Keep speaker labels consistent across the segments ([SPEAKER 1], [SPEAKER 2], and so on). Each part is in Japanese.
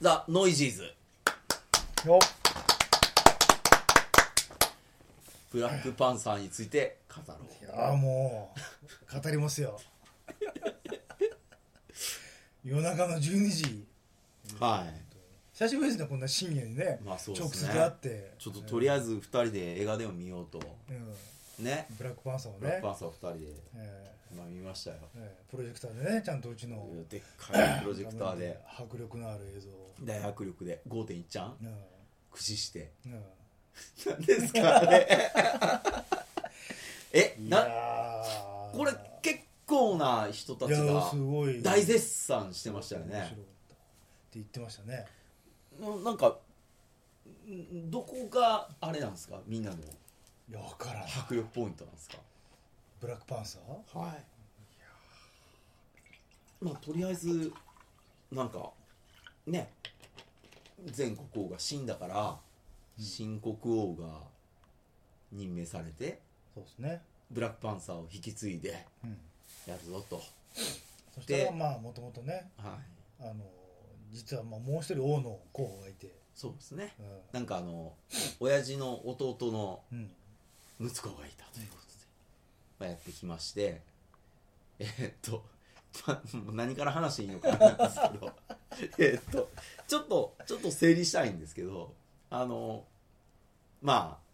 [SPEAKER 1] ザ・ノイジーズ
[SPEAKER 2] よ
[SPEAKER 1] ブラックパンサーについて語ろう
[SPEAKER 2] いやーもう語りま すよ夜中の12時
[SPEAKER 1] はい
[SPEAKER 2] 久しぶりですねこんな深夜にね,、
[SPEAKER 1] まあそうですね
[SPEAKER 2] 直接会って
[SPEAKER 1] ちょっととりあえず2人で映画でも見ようと
[SPEAKER 2] うん、
[SPEAKER 1] ね
[SPEAKER 2] ブラックパンサーを
[SPEAKER 1] ブラッ
[SPEAKER 2] ね
[SPEAKER 1] クパンサー2人で
[SPEAKER 2] えー
[SPEAKER 1] まあ見ましたよ
[SPEAKER 2] えープロジェクターでねちゃんとうちの
[SPEAKER 1] でっかいプロジェクターで
[SPEAKER 2] 迫力のある映像を、
[SPEAKER 1] 大迫力で5.1ちゃん
[SPEAKER 2] うん
[SPEAKER 1] 駆使して
[SPEAKER 2] うん
[SPEAKER 1] 何ですかあ れえ
[SPEAKER 2] いや
[SPEAKER 1] な
[SPEAKER 2] ー
[SPEAKER 1] これ結構な人たち
[SPEAKER 2] いや
[SPEAKER 1] が
[SPEAKER 2] ーすごい
[SPEAKER 1] 大絶賛してましたよ
[SPEAKER 2] 面白か
[SPEAKER 1] ね
[SPEAKER 2] ったって言ってましたね
[SPEAKER 1] もうなんかんどこがあれなんですかみんなの
[SPEAKER 2] いや分からん
[SPEAKER 1] 迫力ポイントなんですか
[SPEAKER 2] ブラックパンサー
[SPEAKER 1] はいまあとりあえずなんかね全国王が死んだから、新国王が任命されて
[SPEAKER 2] そうですね、
[SPEAKER 1] ブラックパンサーを引き継いで
[SPEAKER 2] うん、
[SPEAKER 1] やるぞと、
[SPEAKER 2] そしたらまあもともとね
[SPEAKER 1] はい、
[SPEAKER 2] あの実はまあもう一人王の候補がいて、
[SPEAKER 1] そうですね
[SPEAKER 2] うん
[SPEAKER 1] なんかあの親父の弟の
[SPEAKER 2] うん
[SPEAKER 1] 息子がいたということで、まあ、やってきましてえーっと、まあ、もう何から話していいのかなんですけ どえーっとちょっとちょっと整理したいんですけどあのまあ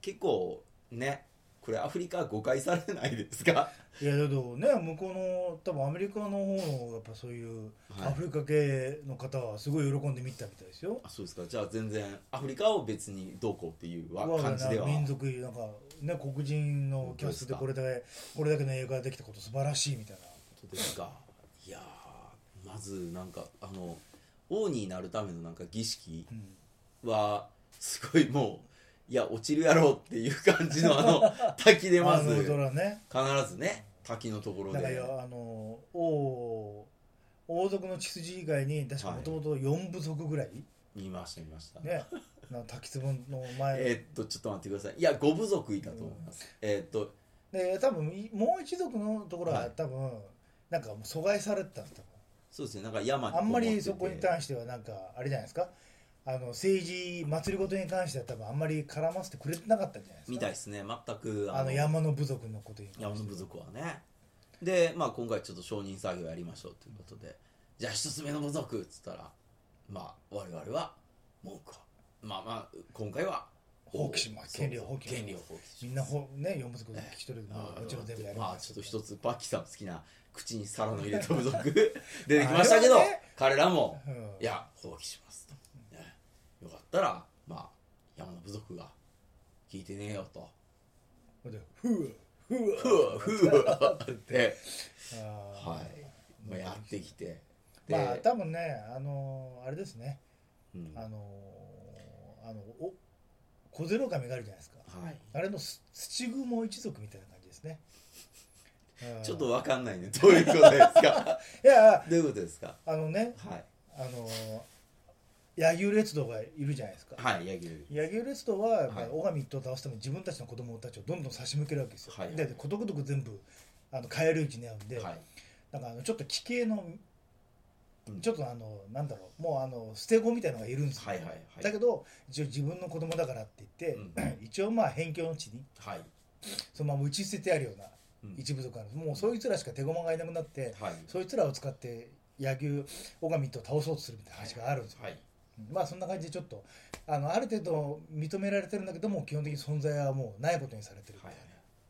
[SPEAKER 1] 結構ねこれアフリカ誤解されないですか
[SPEAKER 2] いやけどね向こうの多分アメリカの方のやっぱそういう
[SPEAKER 1] はい
[SPEAKER 2] アフリカ系の方はすごい喜んで見たみたいですよ、
[SPEAKER 1] あそうですかじゃあ全然アフリカを別にどうこうっていうわ
[SPEAKER 2] わ
[SPEAKER 1] 感じでは
[SPEAKER 2] 民族なんかね黒人のキャストでこれだけこれだけの映画ができたこと素晴らしいみたい
[SPEAKER 1] ことですかいやーまずなんかあの王になるためのなんか儀式
[SPEAKER 2] な、
[SPEAKER 1] はすごいもういや落ちるやろうっていう感じのあ の滝で
[SPEAKER 2] うん、
[SPEAKER 1] ま
[SPEAKER 2] あ
[SPEAKER 1] ず
[SPEAKER 2] の
[SPEAKER 1] 必
[SPEAKER 2] ドラね
[SPEAKER 1] ずね滝のところ
[SPEAKER 2] だから
[SPEAKER 1] で
[SPEAKER 2] よあの王王族の血筋以外に確かもともと4部族ぐらい、
[SPEAKER 1] 見ました見ました、
[SPEAKER 2] ねなんか滝壺の前
[SPEAKER 1] えーっとちょっと待ってくださいいや五部族いたと思います、えーっと
[SPEAKER 2] で多分いもう一族のところ
[SPEAKER 1] は
[SPEAKER 2] はい多分、なんかもう阻害されてたんです
[SPEAKER 1] そ
[SPEAKER 2] 多
[SPEAKER 1] うですねなんか山に
[SPEAKER 2] 分あんまりそ
[SPEAKER 1] こも
[SPEAKER 2] こ
[SPEAKER 1] って
[SPEAKER 2] に
[SPEAKER 1] て
[SPEAKER 2] 関してはなんかあれじゃないですかあの政治祭りごとに関しては多分あんまり絡ませてくれてなかったんじゃないですか
[SPEAKER 1] みたいですね全く
[SPEAKER 2] あの
[SPEAKER 1] 山
[SPEAKER 2] 山の部族のことに関しては
[SPEAKER 1] の部族はねでまあ今回ちょっと承認作業やりましょうということでじゃあ一つ目の部族っつったらまあ我々は文句はまあまあ今回は
[SPEAKER 2] 放棄します
[SPEAKER 1] そう
[SPEAKER 2] 権利を放棄します
[SPEAKER 1] 権利を放棄します
[SPEAKER 2] みんなほね4部族一人でも
[SPEAKER 1] あー
[SPEAKER 2] もちろん全部やり
[SPEAKER 1] ま
[SPEAKER 2] ま
[SPEAKER 1] あ
[SPEAKER 2] す
[SPEAKER 1] ちょっ
[SPEAKER 2] け
[SPEAKER 1] と
[SPEAKER 2] ど
[SPEAKER 1] 一つバッキーさんの好きな口に皿の入れた部族 出てきましたけど、
[SPEAKER 2] あれはね
[SPEAKER 1] 彼らも、
[SPEAKER 2] うん
[SPEAKER 1] いや放棄しますと、ねよかったらまあ山の部族が聞いてねえよと
[SPEAKER 2] ほんでふうふう
[SPEAKER 1] ふわふわって、
[SPEAKER 2] あー
[SPEAKER 1] はいまあ、やってきてで、
[SPEAKER 2] まあ多分ねあのーあれですね
[SPEAKER 1] うん
[SPEAKER 2] あのーあのお小ゼロ神があるじゃないですか
[SPEAKER 1] はい
[SPEAKER 2] あれのす土雲一族みたいな感じで すね。うん
[SPEAKER 1] ちょっとわかんないねどういうことですか
[SPEAKER 2] いや
[SPEAKER 1] どういうことですか
[SPEAKER 2] あのね
[SPEAKER 1] はい
[SPEAKER 2] あの柳生列道がいるじゃないですか。
[SPEAKER 1] はい柳生
[SPEAKER 2] 柳生列道は、やっぱり
[SPEAKER 1] はい
[SPEAKER 2] 尾上一党を倒すために自分たちの子供たちをどんどん差し向けるわけですよ。
[SPEAKER 1] はい
[SPEAKER 2] でことごとく全部あの変えるうちに合うんで、
[SPEAKER 1] はい
[SPEAKER 2] なんかあのちょっと奇形の
[SPEAKER 1] うん
[SPEAKER 2] ちょっとあのなんだろうもうあの捨て子みたいのがいるんですよ。
[SPEAKER 1] はいはいはい
[SPEAKER 2] だけど一応自分の子供だからって言って、 一応まあ辺境の地に
[SPEAKER 1] はい、
[SPEAKER 2] そのまま打ち捨ててあるような
[SPEAKER 1] うん
[SPEAKER 2] 一部族なんです、もうそいつらしか手駒がいなくなって、
[SPEAKER 1] はい
[SPEAKER 2] そいつらを使って野球尾上と倒そうとするみたいな話があるんですよ、
[SPEAKER 1] はい
[SPEAKER 2] まあそんな感じでちょっとあのある程度認められてるんだけども基本的に存在はもうないことにされてるみた
[SPEAKER 1] はい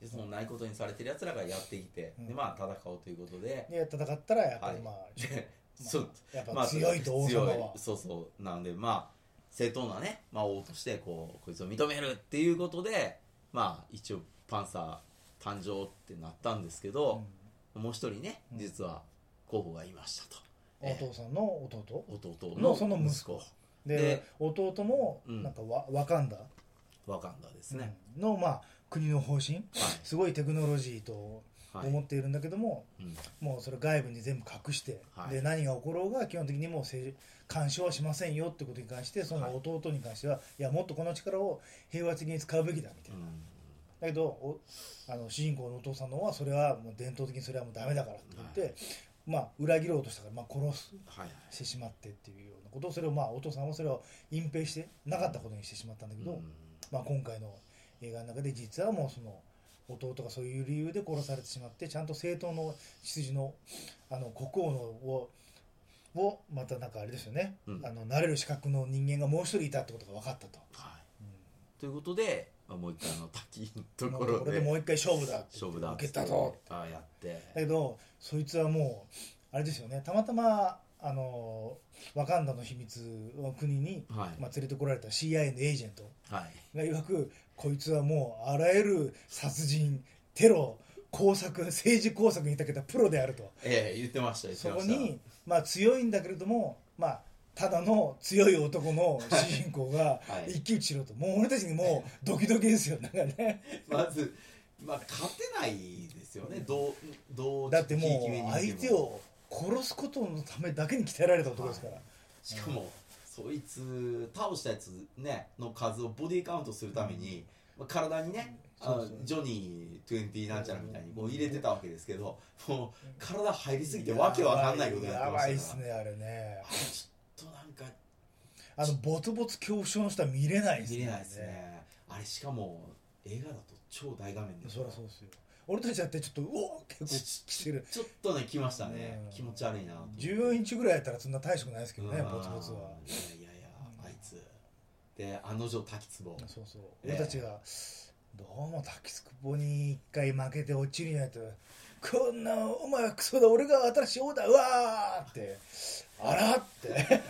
[SPEAKER 1] い、でそのないことにされてる奴らがやってきて、
[SPEAKER 2] うん
[SPEAKER 1] でまあ戦おうということで、
[SPEAKER 2] な、で戦ったらやっぱり
[SPEAKER 1] はい
[SPEAKER 2] まあ、
[SPEAKER 1] で
[SPEAKER 2] ま あ
[SPEAKER 1] そう
[SPEAKER 2] やっ
[SPEAKER 1] まあ
[SPEAKER 2] ぱ強いと王様は、
[SPEAKER 1] 強いそうそうなんでまあ正当なね、まあ、王としてこうこいつを認めるっていうことでまあ一応パンサー誕生ってなったんですけど、もう一人ね
[SPEAKER 2] うん
[SPEAKER 1] 実は候補がいましたと、
[SPEAKER 2] うんお父さんの弟
[SPEAKER 1] 弟
[SPEAKER 2] の
[SPEAKER 1] の
[SPEAKER 2] その息子
[SPEAKER 1] 息子
[SPEAKER 2] で
[SPEAKER 1] で
[SPEAKER 2] 弟も
[SPEAKER 1] うん
[SPEAKER 2] なんかワ,、わかんだ
[SPEAKER 1] ワカンダですね、
[SPEAKER 2] のまあ国の方針
[SPEAKER 1] は
[SPEAKER 2] すごいテクノロジーと
[SPEAKER 1] い、は
[SPEAKER 2] 思
[SPEAKER 1] い
[SPEAKER 2] っているんだけども、
[SPEAKER 1] うん
[SPEAKER 2] もうそれ外部に全部隠して、
[SPEAKER 1] はい
[SPEAKER 2] で何が起ころうが基本的にもう政干渉はしませんよってことに関してその弟に関しては、い、やもっとこの力を平和的に使うべきだみたいな、
[SPEAKER 1] うん
[SPEAKER 2] だけどおあの主人公のお父さんの方はそれはもう伝統的にそれはもうダメだからって言って、まあ、裏切ろうとしたから、まあ、殺す
[SPEAKER 1] はいはい
[SPEAKER 2] してしまってっていうようなことをそれをまあお父さんはそれを隠蔽してなかったことにしてしまったんだけど、
[SPEAKER 1] う
[SPEAKER 2] まあ、今回の映画の中で実はもうその弟がそういう理由で殺されてしまってちゃんと正当の血筋のあの国王のををまたなんかあれですよね、
[SPEAKER 1] うん
[SPEAKER 2] あのなれる資格の人間がもう一人いたってことが分かったと、
[SPEAKER 1] んはい、
[SPEAKER 2] うん
[SPEAKER 1] ということで、まあ、もう一回あの滝のと
[SPEAKER 2] まあ
[SPEAKER 1] こ
[SPEAKER 2] こ
[SPEAKER 1] ろ
[SPEAKER 2] れで
[SPEAKER 1] で
[SPEAKER 2] もう一回勝負だって
[SPEAKER 1] 勝負だ
[SPEAKER 2] 受けたぞ
[SPEAKER 1] ああやって
[SPEAKER 2] だけどそいつはもうあれですよねたまたまあのワカンダの秘密の国に、
[SPEAKER 1] はい、
[SPEAKER 2] まあ、連れてこられた CIA のエージェント
[SPEAKER 1] はい
[SPEAKER 2] がいわくこいつはもうあらゆる殺人テロ工作政治工作に長けたプロであると
[SPEAKER 1] ええ言ってました言って
[SPEAKER 2] そ
[SPEAKER 1] ま
[SPEAKER 2] こ
[SPEAKER 1] した
[SPEAKER 2] にまあ強いんだけれどもまあただの強い男の主人公が
[SPEAKER 1] はい
[SPEAKER 2] 一騎打ちしろと、もう俺たちにもうドキドキですよなんかね
[SPEAKER 1] まず、まあ、勝てないですよね、どう、どう、
[SPEAKER 2] だって
[SPEAKER 1] ひいき目
[SPEAKER 2] も
[SPEAKER 1] に
[SPEAKER 2] う
[SPEAKER 1] して
[SPEAKER 2] 相手、を殺すことのためだけに鍛えられた男ですから、
[SPEAKER 1] しかも、そいつ、倒したやつ、ね、の数をボディカウントするために、まあ、体にね、あ
[SPEAKER 2] そう
[SPEAKER 1] の
[SPEAKER 2] そう
[SPEAKER 1] ジョニー20なんちゃらみたいにこう入れてたわけですけど、もう体入りすぎて
[SPEAKER 2] や
[SPEAKER 1] わけわかんないことになって
[SPEAKER 2] や
[SPEAKER 1] ま
[SPEAKER 2] ばいっ
[SPEAKER 1] した
[SPEAKER 2] す
[SPEAKER 1] から、
[SPEAKER 2] ねあれね
[SPEAKER 1] ちょっとなんか
[SPEAKER 2] あのボツボツ恐怖症の人は見れないですね
[SPEAKER 1] 見れないですね、あれ、しかも映画だと超大画面で
[SPEAKER 2] そりゃそうですよ俺たちだってちょっとうおーって
[SPEAKER 1] ちょ
[SPEAKER 2] 結構来てる
[SPEAKER 1] ちょっとね、来ましたね
[SPEAKER 2] う、ん
[SPEAKER 1] 気持ち悪いなと思って
[SPEAKER 2] 14インチぐらいやったらそんな大したくないですけどね
[SPEAKER 1] うん
[SPEAKER 2] ボツボツはい
[SPEAKER 1] やいやいやあいつであの女滝つぼ
[SPEAKER 2] そうそう
[SPEAKER 1] ね
[SPEAKER 2] 俺たちがどうも滝つくぼに一回負けて落ちるんやとこんなお前はクソだ俺が新しい王だうわーってあらって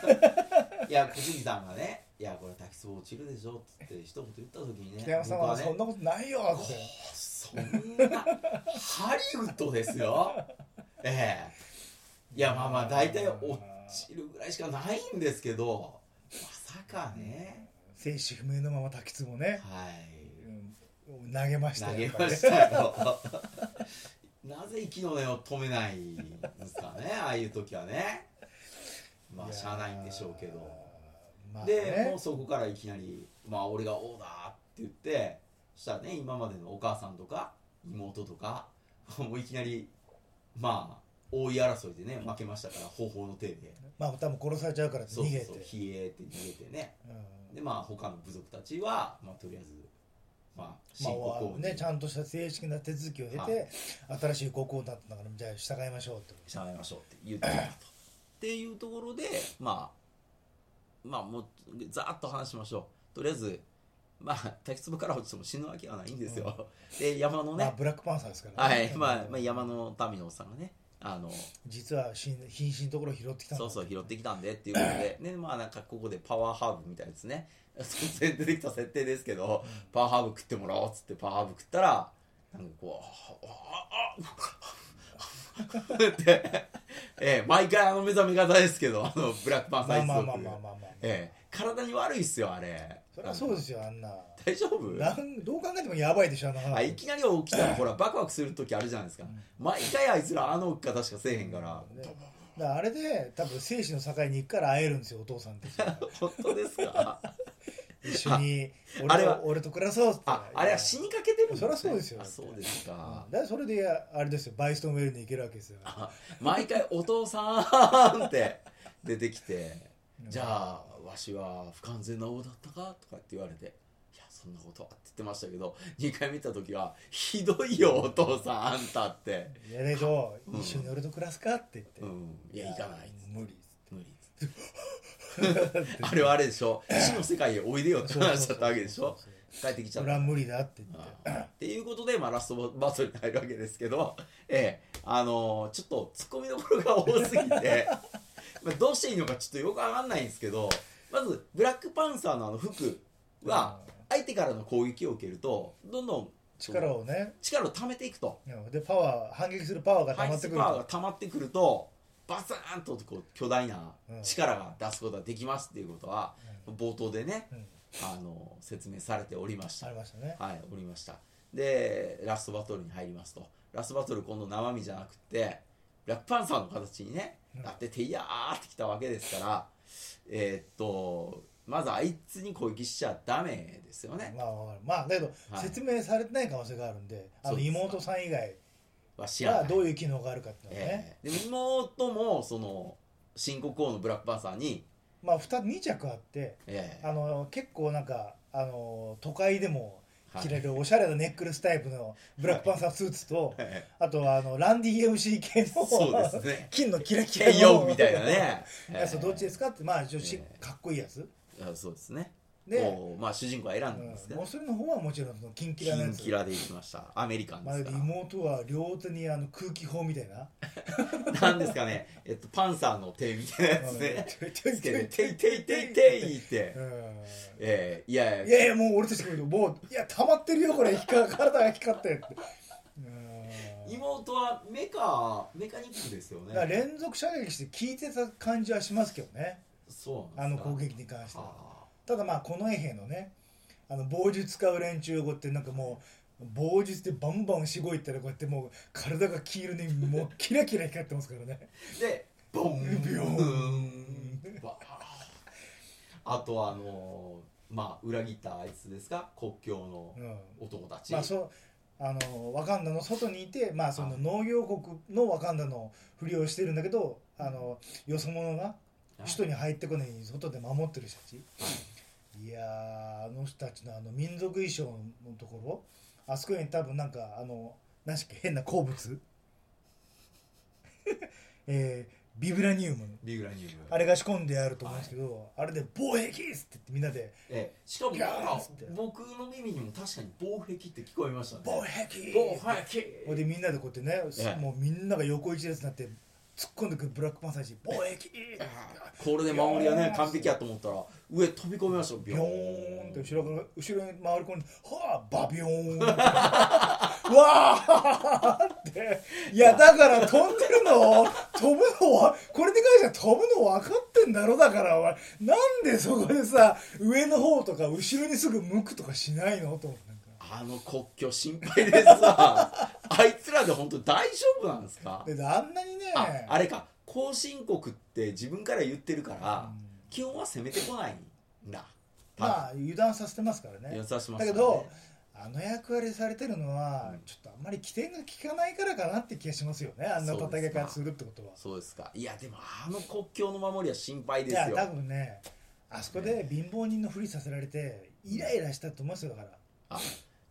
[SPEAKER 1] いや小杉さんがね「いやこれ滝つぼ落ちるでしょ」っつって一言言った時にね
[SPEAKER 2] 北山さんは
[SPEAKER 1] 僕
[SPEAKER 2] そん
[SPEAKER 1] ね
[SPEAKER 2] なことないよって
[SPEAKER 1] そんなハリウッドですよ ええいやまあまあ大体落ちるぐらいしかないんですけどまさかね
[SPEAKER 2] 生死不明のまま滝つぼね、
[SPEAKER 1] はい
[SPEAKER 2] うん、投げました
[SPEAKER 1] 投
[SPEAKER 2] よ
[SPEAKER 1] げ
[SPEAKER 2] やっぱ
[SPEAKER 1] ま
[SPEAKER 2] りね
[SPEAKER 1] したよなぜ息の根を止めないんですかねああいう時はねまあしゃあないんでしょうけど、
[SPEAKER 2] まあね、
[SPEAKER 1] でもうそこからいきなり「まあ俺が王だ」って言ってそしたらね今までのお母さんとか妹とかもういきなりまあ大い争いでね負けましたから方法の手で
[SPEAKER 2] まあ多分殺されちゃうからって
[SPEAKER 1] そう
[SPEAKER 2] 逃
[SPEAKER 1] そ
[SPEAKER 2] げ
[SPEAKER 1] う
[SPEAKER 2] て
[SPEAKER 1] そうひえって逃げてね
[SPEAKER 2] うん
[SPEAKER 1] でまあ他の部族たちは、まあ、とりあえずまあ
[SPEAKER 2] ま
[SPEAKER 1] 新国王
[SPEAKER 2] あ
[SPEAKER 1] に
[SPEAKER 2] ね、ちゃんとした正式な手続きを経て、
[SPEAKER 1] はい
[SPEAKER 2] 新しい国王だったんだからじゃあ従いましょうって
[SPEAKER 1] しゃべりましょうって言ってたと。っていうところでまあまあもうざーっと話しましょうとりあえずまあ滝壺から落ちても死ぬわけはないんですよ、で山の
[SPEAKER 2] まあ
[SPEAKER 1] ね、
[SPEAKER 2] ブラックパンサーですから、
[SPEAKER 1] はいまあ、まあ、
[SPEAKER 2] うん
[SPEAKER 1] 山の民のおっさんがねあの
[SPEAKER 2] 実はしん瀕死のところを拾ってきたんだ
[SPEAKER 1] そうそう拾ってきたんでっていうことで、ね、まあなんかここでパワーハーブみたいですね突然出てきた設定ですけどパワーハーブ食ってもらおうっつってパワーハーブ食ったらなんかこう「ああああって、ええ、毎回あの目覚め方ですけどあのブラックパンサ
[SPEAKER 2] ま
[SPEAKER 1] ー
[SPEAKER 2] あ
[SPEAKER 1] 一
[SPEAKER 2] まあ
[SPEAKER 1] 族、
[SPEAKER 2] まあまあまあまあ、
[SPEAKER 1] ええ、体に悪いっすよあれ
[SPEAKER 2] それはそうですよあんな
[SPEAKER 1] 大丈夫
[SPEAKER 2] なんどう考えてもやばいでしょあの花
[SPEAKER 1] あいきなり起きたらほらバクバクする時あるじゃないですか毎回あいつらあの置き方しかせえへんから
[SPEAKER 2] ねだからあれで多分生死の境に行くから会えるんですよお父さんたち が
[SPEAKER 1] 本当ですか
[SPEAKER 2] 一緒に俺
[SPEAKER 1] あれは
[SPEAKER 2] と俺と暮らそうって
[SPEAKER 1] ああれは死にかけてるん
[SPEAKER 2] そりゃそうですよ
[SPEAKER 1] あそうです
[SPEAKER 2] うん
[SPEAKER 1] か
[SPEAKER 2] だからそれであれですよバイストンウェルに行けるわけですよ
[SPEAKER 1] あ毎回「お父さん」って出てきて「じゃあわしは不完全な王だったか?」とかって言われて「いやそんなことは」って言ってましたけど2回見た時は「ひどいよお父さんあんた」って
[SPEAKER 2] いやだけど、
[SPEAKER 1] うん
[SPEAKER 2] 一緒に俺と暮らすかって言って、
[SPEAKER 1] 「うんいや行かない
[SPEAKER 2] 無理
[SPEAKER 1] 無理」あれ
[SPEAKER 2] は
[SPEAKER 1] はあれでしょ死の世界へおいでよって話しちゃったわけでしょ
[SPEAKER 2] そうそう
[SPEAKER 1] 帰ってきち
[SPEAKER 2] そ
[SPEAKER 1] ゃっ
[SPEAKER 2] う俺は
[SPEAKER 1] た
[SPEAKER 2] 無理だって言っ
[SPEAKER 1] あーっていうことで、まあ、ラストバトルに入るわけですけど、 ええあのーちょっとツッコミどころが多すぎて まあどうしていいのかちょっとよくわかんないんですけどまずブラックパンサーのあの服
[SPEAKER 2] て
[SPEAKER 1] は
[SPEAKER 2] うん
[SPEAKER 1] 相手からの攻撃を受けるとどんどん
[SPEAKER 2] 力をね
[SPEAKER 1] 力を貯めていくと
[SPEAKER 2] でパワー反撃するパワーが溜
[SPEAKER 1] 排
[SPEAKER 2] まって
[SPEAKER 1] 出
[SPEAKER 2] く
[SPEAKER 1] パ
[SPEAKER 2] る
[SPEAKER 1] ワーが溜まってくるとバサーンとこう巨大な力が出すことができますっていうことは冒頭でね、
[SPEAKER 2] うん、
[SPEAKER 1] あのー説明されておりました
[SPEAKER 2] あ。りましたね
[SPEAKER 1] はい、おりました。で、ラストバトルに入りますと。ラストバトル、今度生身じゃなくて、ブラックパンサーの形にね
[SPEAKER 2] うん、
[SPEAKER 1] なってて、いやーってきたわけですから、えーっと、まずあいつに攻撃しちゃダメですよね。
[SPEAKER 2] まあわかるまあだけど、
[SPEAKER 1] はい
[SPEAKER 2] 説明されてない可能性があるんであ
[SPEAKER 1] そ
[SPEAKER 2] の
[SPEAKER 1] うです
[SPEAKER 2] 妹さん以外
[SPEAKER 1] は知ら
[SPEAKER 2] が
[SPEAKER 1] ない
[SPEAKER 2] どういう機能があるかっていうのはね、
[SPEAKER 1] ええで妹もその新国王のブラックパンサーに、
[SPEAKER 2] まあ 2, 2着あって
[SPEAKER 1] ええ
[SPEAKER 2] あの結構なんかあの都会でも
[SPEAKER 1] はい
[SPEAKER 2] 着れるおしゃれなネックレスタイプのブラックパンサースーツと、
[SPEAKER 1] え
[SPEAKER 2] あとはあのランディ MC 系 の
[SPEAKER 1] そうです ね
[SPEAKER 2] 金のキラキラ
[SPEAKER 1] ケイヨウみたいな ね、ええ
[SPEAKER 2] そうどっちですかってまあ女子、
[SPEAKER 1] ええ
[SPEAKER 2] かっこいいやつ
[SPEAKER 1] あそうですね
[SPEAKER 2] で、
[SPEAKER 1] こうまあ主人公は選んだんですけ
[SPEAKER 2] うん、
[SPEAKER 1] ど、
[SPEAKER 2] おそれの方はもちろんそのキンキ
[SPEAKER 1] キ
[SPEAKER 2] ラなや
[SPEAKER 1] ン
[SPEAKER 2] つ
[SPEAKER 1] キラでいきましたアメリカン
[SPEAKER 2] ま
[SPEAKER 1] で
[SPEAKER 2] あ
[SPEAKER 1] すか
[SPEAKER 2] 妹は両手にあの空気砲みたいな
[SPEAKER 1] らなんですかね、えっと、パンサーの手みたいなやつ ね
[SPEAKER 2] うん
[SPEAKER 1] つけて「ていていていてい」って
[SPEAKER 2] う
[SPEAKER 1] ええいやい
[SPEAKER 2] んい
[SPEAKER 1] や
[SPEAKER 2] やいやもう俺たち来るともういや溜まってるよ これ光体が光ってってうん
[SPEAKER 1] 妹はメカメカニックですよ
[SPEAKER 2] だから
[SPEAKER 1] ね
[SPEAKER 2] 連続射撃して効いてた感じはしますけどね
[SPEAKER 1] そうな
[SPEAKER 2] あ
[SPEAKER 1] ん
[SPEAKER 2] の
[SPEAKER 1] ですか
[SPEAKER 2] 攻撃に関しては
[SPEAKER 1] あ
[SPEAKER 2] ただまあこの衛兵のねあの棒術使う連中語ってなんかもう棒術でバンバンしごいたらこうやってもう体が黄色にもうキラキラ光ってますからね
[SPEAKER 1] ーでボン
[SPEAKER 2] ビヨーン
[SPEAKER 1] ーンバーあとはあのーまあ裏切ったあいつですか国境の
[SPEAKER 2] うん
[SPEAKER 1] 男たち、
[SPEAKER 2] まあそうあのワカンダの外にいて、まあ、その農業国のワカンダのふりをしてるんだけどあのよそ者が
[SPEAKER 1] はい
[SPEAKER 2] 首都に入ってこないように外で守ってる人たちいやーあの人たちのあの民族衣装のところあそこに多分なんかあの何しっけ変な鉱物 えービブラニウム
[SPEAKER 1] ビグラニウム
[SPEAKER 2] あれが仕込んであると思うんですけど、あれで「防壁!」っつって言ってみんなで
[SPEAKER 1] ええしかも
[SPEAKER 2] ビヨ
[SPEAKER 1] なん
[SPEAKER 2] ーン
[SPEAKER 1] か
[SPEAKER 2] っつって
[SPEAKER 1] 僕の耳にも確かに防壁って聞こえました
[SPEAKER 2] 「
[SPEAKER 1] ね
[SPEAKER 2] 防壁!」
[SPEAKER 1] 防壁
[SPEAKER 2] ほいでみんなでこうやってね、
[SPEAKER 1] ええ
[SPEAKER 2] もうみんなが横一列になって突っ込んでくるブラックパンサーに「防壁!」
[SPEAKER 1] これで守りはね完璧やと思ったら上飛び込みましたよ
[SPEAKER 2] ビ
[SPEAKER 1] ビ
[SPEAKER 2] ョ
[SPEAKER 1] ヨ
[SPEAKER 2] ーン
[SPEAKER 1] ー
[SPEAKER 2] っ
[SPEAKER 1] ン
[SPEAKER 2] て後ろから後ろに回り込んで「はあバビョーン」わーっていやだから飛んでるの飛ぶのはこれに関しては飛ぶの分かってんだろだからお前なんでそこでさ上の方とか後ろにすぐ向くとかしないのと思ってなんか
[SPEAKER 1] あの国境心配で さあいつらで本当大丈夫なんですか
[SPEAKER 2] であんなにね
[SPEAKER 1] ああれか後進国って自分から言ってるから、
[SPEAKER 2] うん
[SPEAKER 1] 基本は攻めてこないんだ
[SPEAKER 2] まあ油断させてますからね
[SPEAKER 1] 優さしますね
[SPEAKER 2] だけどあの役割されてるのは、
[SPEAKER 1] うん
[SPEAKER 2] ちょっとあんまり起点が効かないからかなって気がしますよねあんな
[SPEAKER 1] そう
[SPEAKER 2] 戦
[SPEAKER 1] で
[SPEAKER 2] い
[SPEAKER 1] すか
[SPEAKER 2] 方するってことは
[SPEAKER 1] そうですかいやでもあの国境の守りは心配で
[SPEAKER 2] い
[SPEAKER 1] す
[SPEAKER 2] や
[SPEAKER 1] よ
[SPEAKER 2] 多分ねあそこで貧乏人のふりさせられてイライラしたと思いますよだから
[SPEAKER 1] あ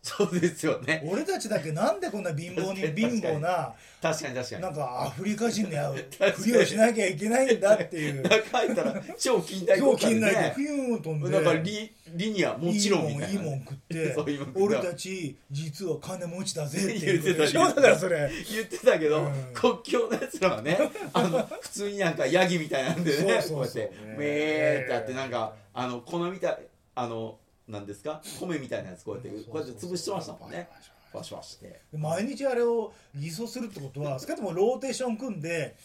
[SPEAKER 1] そうですよね
[SPEAKER 2] 俺たちだけなんでこんな貧乏人
[SPEAKER 1] 確かに
[SPEAKER 2] 貧乏な
[SPEAKER 1] 確かに確かに
[SPEAKER 2] なんかアフリカ人 のふりをしなきゃいけないんだっていう
[SPEAKER 1] 中入ったら超近代
[SPEAKER 2] 今
[SPEAKER 1] 国家で
[SPEAKER 2] 日近代で
[SPEAKER 1] ね
[SPEAKER 2] フィューン飛んで
[SPEAKER 1] なんかリリニアもちろんみたい
[SPEAKER 2] い
[SPEAKER 1] な、
[SPEAKER 2] もんいいもん食っ て
[SPEAKER 1] そういうもん食った
[SPEAKER 2] 俺たち実は金持ちだぜっていうことでし
[SPEAKER 1] 言
[SPEAKER 2] ょ
[SPEAKER 1] ってた言ってた
[SPEAKER 2] だからそれ
[SPEAKER 1] 言ってたけど、
[SPEAKER 2] うん
[SPEAKER 1] 国境のやつらは ねあの普通になんかヤギみたいなんでね
[SPEAKER 2] そうそうそう
[SPEAKER 1] こうやって「めー」ってやってなんかあの粉みたいあのなんですか米みたいなやつこうやってこうやって潰してましたもんねバシバシって
[SPEAKER 2] 毎日あれを偽装するってことは少なくともローテーション組んで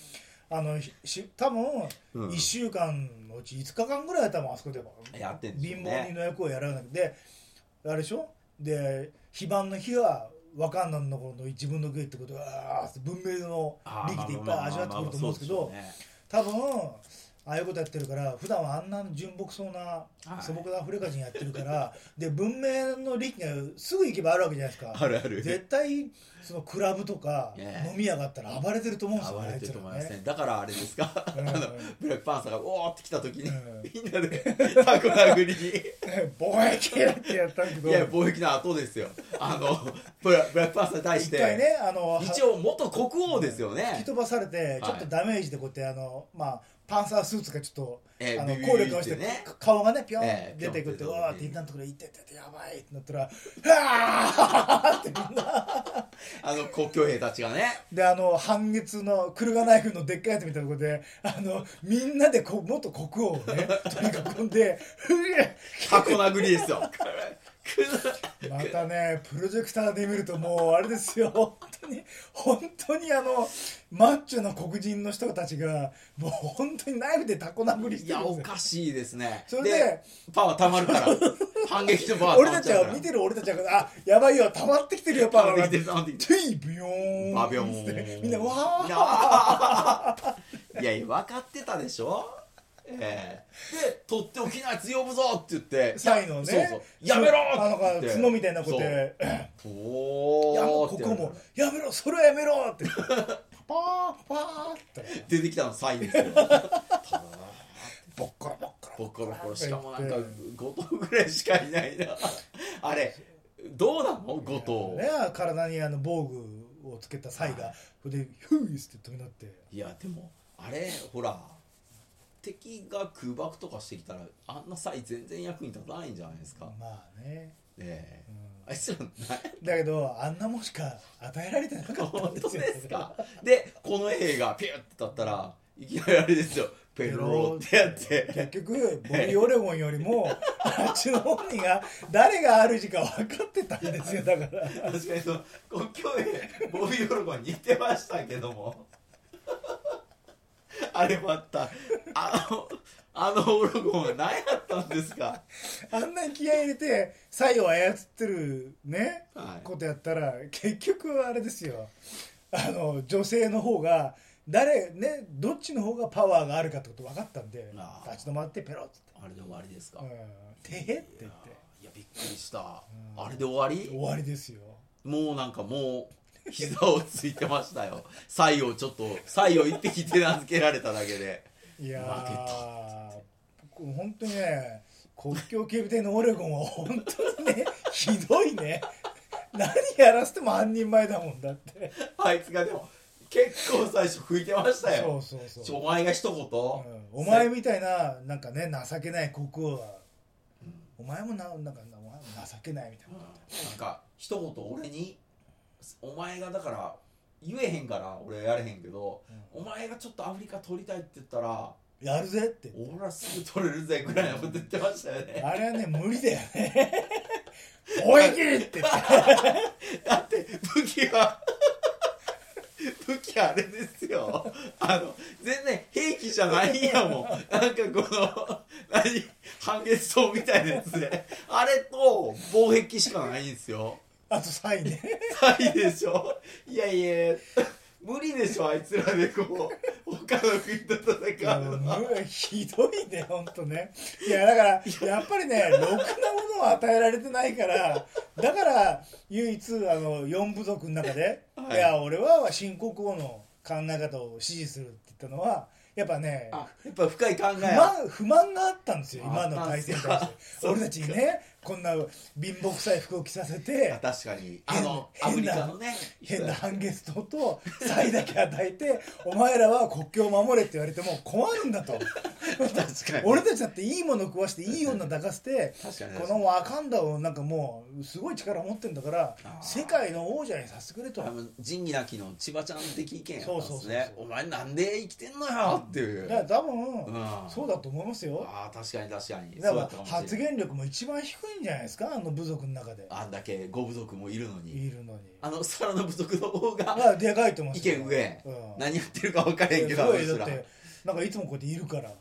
[SPEAKER 2] あのひし多分
[SPEAKER 1] うん
[SPEAKER 2] 1週間のうち5日間ぐらいは多分あそこで
[SPEAKER 1] やってんですよ
[SPEAKER 2] 貧乏人
[SPEAKER 1] ね
[SPEAKER 2] の役をやらなくてあれでしょで非番の日はわかんないのこの自分の食いってことは文明の
[SPEAKER 1] あー
[SPEAKER 2] 力でいっ
[SPEAKER 1] ま
[SPEAKER 2] ぱ
[SPEAKER 1] あ
[SPEAKER 2] い
[SPEAKER 1] まあ
[SPEAKER 2] 味わってくると思うんですけ
[SPEAKER 1] まあま
[SPEAKER 2] ど
[SPEAKER 1] あまあ
[SPEAKER 2] 多分ああいうことやってるから普段はあんな純朴そうな
[SPEAKER 1] はい
[SPEAKER 2] 素朴なアフリカ人やってるから、で文明の利益がすぐ行けばあるわけじゃないですか
[SPEAKER 1] そうですよねあるある
[SPEAKER 2] 絶対そのクラブとか
[SPEAKER 1] ねえ
[SPEAKER 2] 飲み屋があったら暴れてると思うんですよ
[SPEAKER 1] 暴れてると思います
[SPEAKER 2] あい
[SPEAKER 1] ねだからあれですか あ
[SPEAKER 2] うん
[SPEAKER 1] のブラックパンサーがおーって来た時に
[SPEAKER 2] うん
[SPEAKER 1] みんなでタコ殴りに
[SPEAKER 2] つら ね貿易ってやったけど
[SPEAKER 1] いや貿易の後ですよあの ブラブラックパンサーに対し
[SPEAKER 2] 一回
[SPEAKER 1] て
[SPEAKER 2] ねあの
[SPEAKER 1] 一応元国王ですよ
[SPEAKER 2] は
[SPEAKER 1] ね
[SPEAKER 2] 吹き飛ばされて
[SPEAKER 1] い
[SPEAKER 2] ちょっとダメージでこうやってあのまあパンサースーツがちょっと
[SPEAKER 1] えー
[SPEAKER 2] あの
[SPEAKER 1] ビビビ
[SPEAKER 2] 効力をして
[SPEAKER 1] ってね
[SPEAKER 2] 顔がねピョ
[SPEAKER 1] え
[SPEAKER 2] ン
[SPEAKER 1] え
[SPEAKER 2] 出てくっ
[SPEAKER 1] ピ
[SPEAKER 2] て
[SPEAKER 1] ョンって
[SPEAKER 2] わーっ
[SPEAKER 1] う
[SPEAKER 2] て
[SPEAKER 1] ん
[SPEAKER 2] いったところ行ってってやばいってなったら「はーってみんな
[SPEAKER 1] あの国境兵たちがね
[SPEAKER 2] であの半月のクルガナイフのでっかいやつみたいなところであのみんなでこ元国王を ね取り囲んで「ふえ
[SPEAKER 1] タコ殴りですよ く
[SPEAKER 2] またねプロジェクターで見るともうあれですよ本当に本当にあのマッチョな黒人の人たちがもう本当にナイフでタコ殴りし
[SPEAKER 1] い
[SPEAKER 2] てる
[SPEAKER 1] や
[SPEAKER 2] ん
[SPEAKER 1] お
[SPEAKER 2] ですよ
[SPEAKER 1] かしいですね
[SPEAKER 2] それで
[SPEAKER 1] パワーたまるから反撃のパワー
[SPEAKER 2] 俺たちは見てる俺たちはあやばいよ溜まってきてるよパ
[SPEAKER 1] 溜
[SPEAKER 2] ワー
[SPEAKER 1] ま
[SPEAKER 2] が
[SPEAKER 1] ってきてる溜まってき
[SPEAKER 2] トゥイブヨーン
[SPEAKER 1] バビョ
[SPEAKER 2] っつって
[SPEAKER 1] ーン
[SPEAKER 2] みんなわ
[SPEAKER 1] いやーいやいや分かってたでしょええで取っておきなやつ呼ぶぞって言って
[SPEAKER 2] サイのね
[SPEAKER 1] そうそうやめろ
[SPEAKER 2] あの
[SPEAKER 1] って言って
[SPEAKER 2] 角みたいなことで
[SPEAKER 1] そう
[SPEAKER 2] いや
[SPEAKER 1] ポ
[SPEAKER 2] も
[SPEAKER 1] ーっ
[SPEAKER 2] うこ
[SPEAKER 1] て
[SPEAKER 2] こも「やめろそれはやめろ!」 って「パパーパー」って
[SPEAKER 1] 出 てきたのサイですよ
[SPEAKER 2] ボッコロボッコロ
[SPEAKER 1] ボッコボコしかもなんか5頭ぐらいしかいないなあれどうなの5頭
[SPEAKER 2] ね体にあの防具をつけたサイがそれで「ヒューイス」って止めなって
[SPEAKER 1] いやでもあれほら敵が空爆とかしてきたらあんな際全然役に立たないんじゃないですか、
[SPEAKER 2] まあね、
[SPEAKER 1] え
[SPEAKER 2] う
[SPEAKER 1] え
[SPEAKER 2] ん
[SPEAKER 1] あいつら
[SPEAKER 2] だけどあんなもんしか与えられてなかったん
[SPEAKER 1] 本
[SPEAKER 2] で
[SPEAKER 1] 当
[SPEAKER 2] すよ
[SPEAKER 1] です かでこの映画ピュッて立ったらいきなりあれですよペローってやって
[SPEAKER 2] 結局ボビー・オレゴンよりも あっちの本人が誰が主か分かってたんですよだから
[SPEAKER 1] 確かにその国境へボビー・オルゴンに似てましたけどもあれまたあのあのオルゴンは何やったんですか
[SPEAKER 2] あんなに気合い入れてサイを操ってるね、
[SPEAKER 1] はい
[SPEAKER 2] ことやったら結局あれですよあの女性の方が誰ねどっちの方がパワーがあるかってこと分かったんで
[SPEAKER 1] あー
[SPEAKER 2] 立ち止まってペロッつって
[SPEAKER 1] あれで終わりです
[SPEAKER 2] 「
[SPEAKER 1] か、
[SPEAKER 2] うん
[SPEAKER 1] いや、
[SPEAKER 2] てへ」って言って
[SPEAKER 1] いやびっくりした、
[SPEAKER 2] うん
[SPEAKER 1] あれで終わ
[SPEAKER 2] 終
[SPEAKER 1] り
[SPEAKER 2] わりですよ
[SPEAKER 1] もうなんかもう膝をついてましたよ西をちょっと西を一匹手なずけられただけで
[SPEAKER 2] いや
[SPEAKER 1] 負け
[SPEAKER 2] ー僕本当にね国境警備隊のオレゴンは本当にねひどいね何やらせても半人前だもんだって
[SPEAKER 1] あいつがでも結構最初吹いてました
[SPEAKER 2] そ
[SPEAKER 1] よ
[SPEAKER 2] うそうそう
[SPEAKER 1] ちょお前が一言、
[SPEAKER 2] うんお前みたいななんかね情けない国王はお前もななんかお前も情けないみたいな
[SPEAKER 1] なんか一言俺にお前がだから言えへんから俺やれへんけど、
[SPEAKER 2] うん
[SPEAKER 1] お前がちょっとアフリカ取りたいって言ったら
[SPEAKER 2] やるぜって
[SPEAKER 1] 俺はすぐ取れるぜぐらいのこと言ってましたよね
[SPEAKER 2] あれはね無理だよねおいきって言って
[SPEAKER 1] だって武器は 武器はあれですよあの全然兵器じゃないんやもんなんかこの何半月草みたいなやつであれと防壁しかないんですよ
[SPEAKER 2] あとサインね
[SPEAKER 1] ないでしょいやいや無理でしょあいつらでこう他の国と
[SPEAKER 2] い
[SPEAKER 1] 戦
[SPEAKER 2] や
[SPEAKER 1] うの
[SPEAKER 2] も
[SPEAKER 1] は
[SPEAKER 2] うひどいね本当ねいやだからやっぱりねろくなものを与えられてないからだから唯一あの4部族の中で、
[SPEAKER 1] はい
[SPEAKER 2] い、や俺は新国王の考え方を支持するって言ったのはやっぱね
[SPEAKER 1] あやっぱ深い考
[SPEAKER 2] 不
[SPEAKER 1] えは
[SPEAKER 2] 満不満があったんですよ今の体制に
[SPEAKER 1] あ
[SPEAKER 2] 対
[SPEAKER 1] った
[SPEAKER 2] し
[SPEAKER 1] ん
[SPEAKER 2] て
[SPEAKER 1] すか
[SPEAKER 2] 俺たちにねこんな貧乏臭い服を着させて
[SPEAKER 1] 確かにあのア
[SPEAKER 2] 変
[SPEAKER 1] フリ
[SPEAKER 2] な
[SPEAKER 1] カのね
[SPEAKER 2] 変な半月刀と才だけ与えてお前らは国境を守れって言われても困るんだ と。
[SPEAKER 1] 確かに
[SPEAKER 2] 俺たちだっていいもの食わしていい女抱かせて
[SPEAKER 1] 確かに
[SPEAKER 2] このワカンダをなんかもうすごい力持ってんだから
[SPEAKER 1] あー
[SPEAKER 2] 世界の王者にさせてくれと
[SPEAKER 1] あ
[SPEAKER 2] だか
[SPEAKER 1] の仁義なきの千葉ちゃん的意見やったんですね
[SPEAKER 2] そうそうそうそ
[SPEAKER 1] お
[SPEAKER 2] う
[SPEAKER 1] 前なんで生きてんのよっていう、
[SPEAKER 2] ら多
[SPEAKER 1] う
[SPEAKER 2] 分
[SPEAKER 1] ん
[SPEAKER 2] そうだと思いますよ
[SPEAKER 1] ああ確かに確かに
[SPEAKER 2] だ
[SPEAKER 1] そう
[SPEAKER 2] か
[SPEAKER 1] やっ
[SPEAKER 2] ら
[SPEAKER 1] たかもしれない
[SPEAKER 2] 発言力も一番低いんじゃないですかあの部族の中で
[SPEAKER 1] あんだけご部族もいるのに
[SPEAKER 2] いるのに
[SPEAKER 1] あの皿の部族の方が
[SPEAKER 2] まあでかいと思
[SPEAKER 1] 意
[SPEAKER 2] いますよ
[SPEAKER 1] 見上、
[SPEAKER 2] うん
[SPEAKER 1] 何やってるか分からへんけど
[SPEAKER 2] す
[SPEAKER 1] あ
[SPEAKER 2] ご
[SPEAKER 1] の
[SPEAKER 2] いだ
[SPEAKER 1] 人
[SPEAKER 2] っ
[SPEAKER 1] ら
[SPEAKER 2] てなんかいつもこうやっているから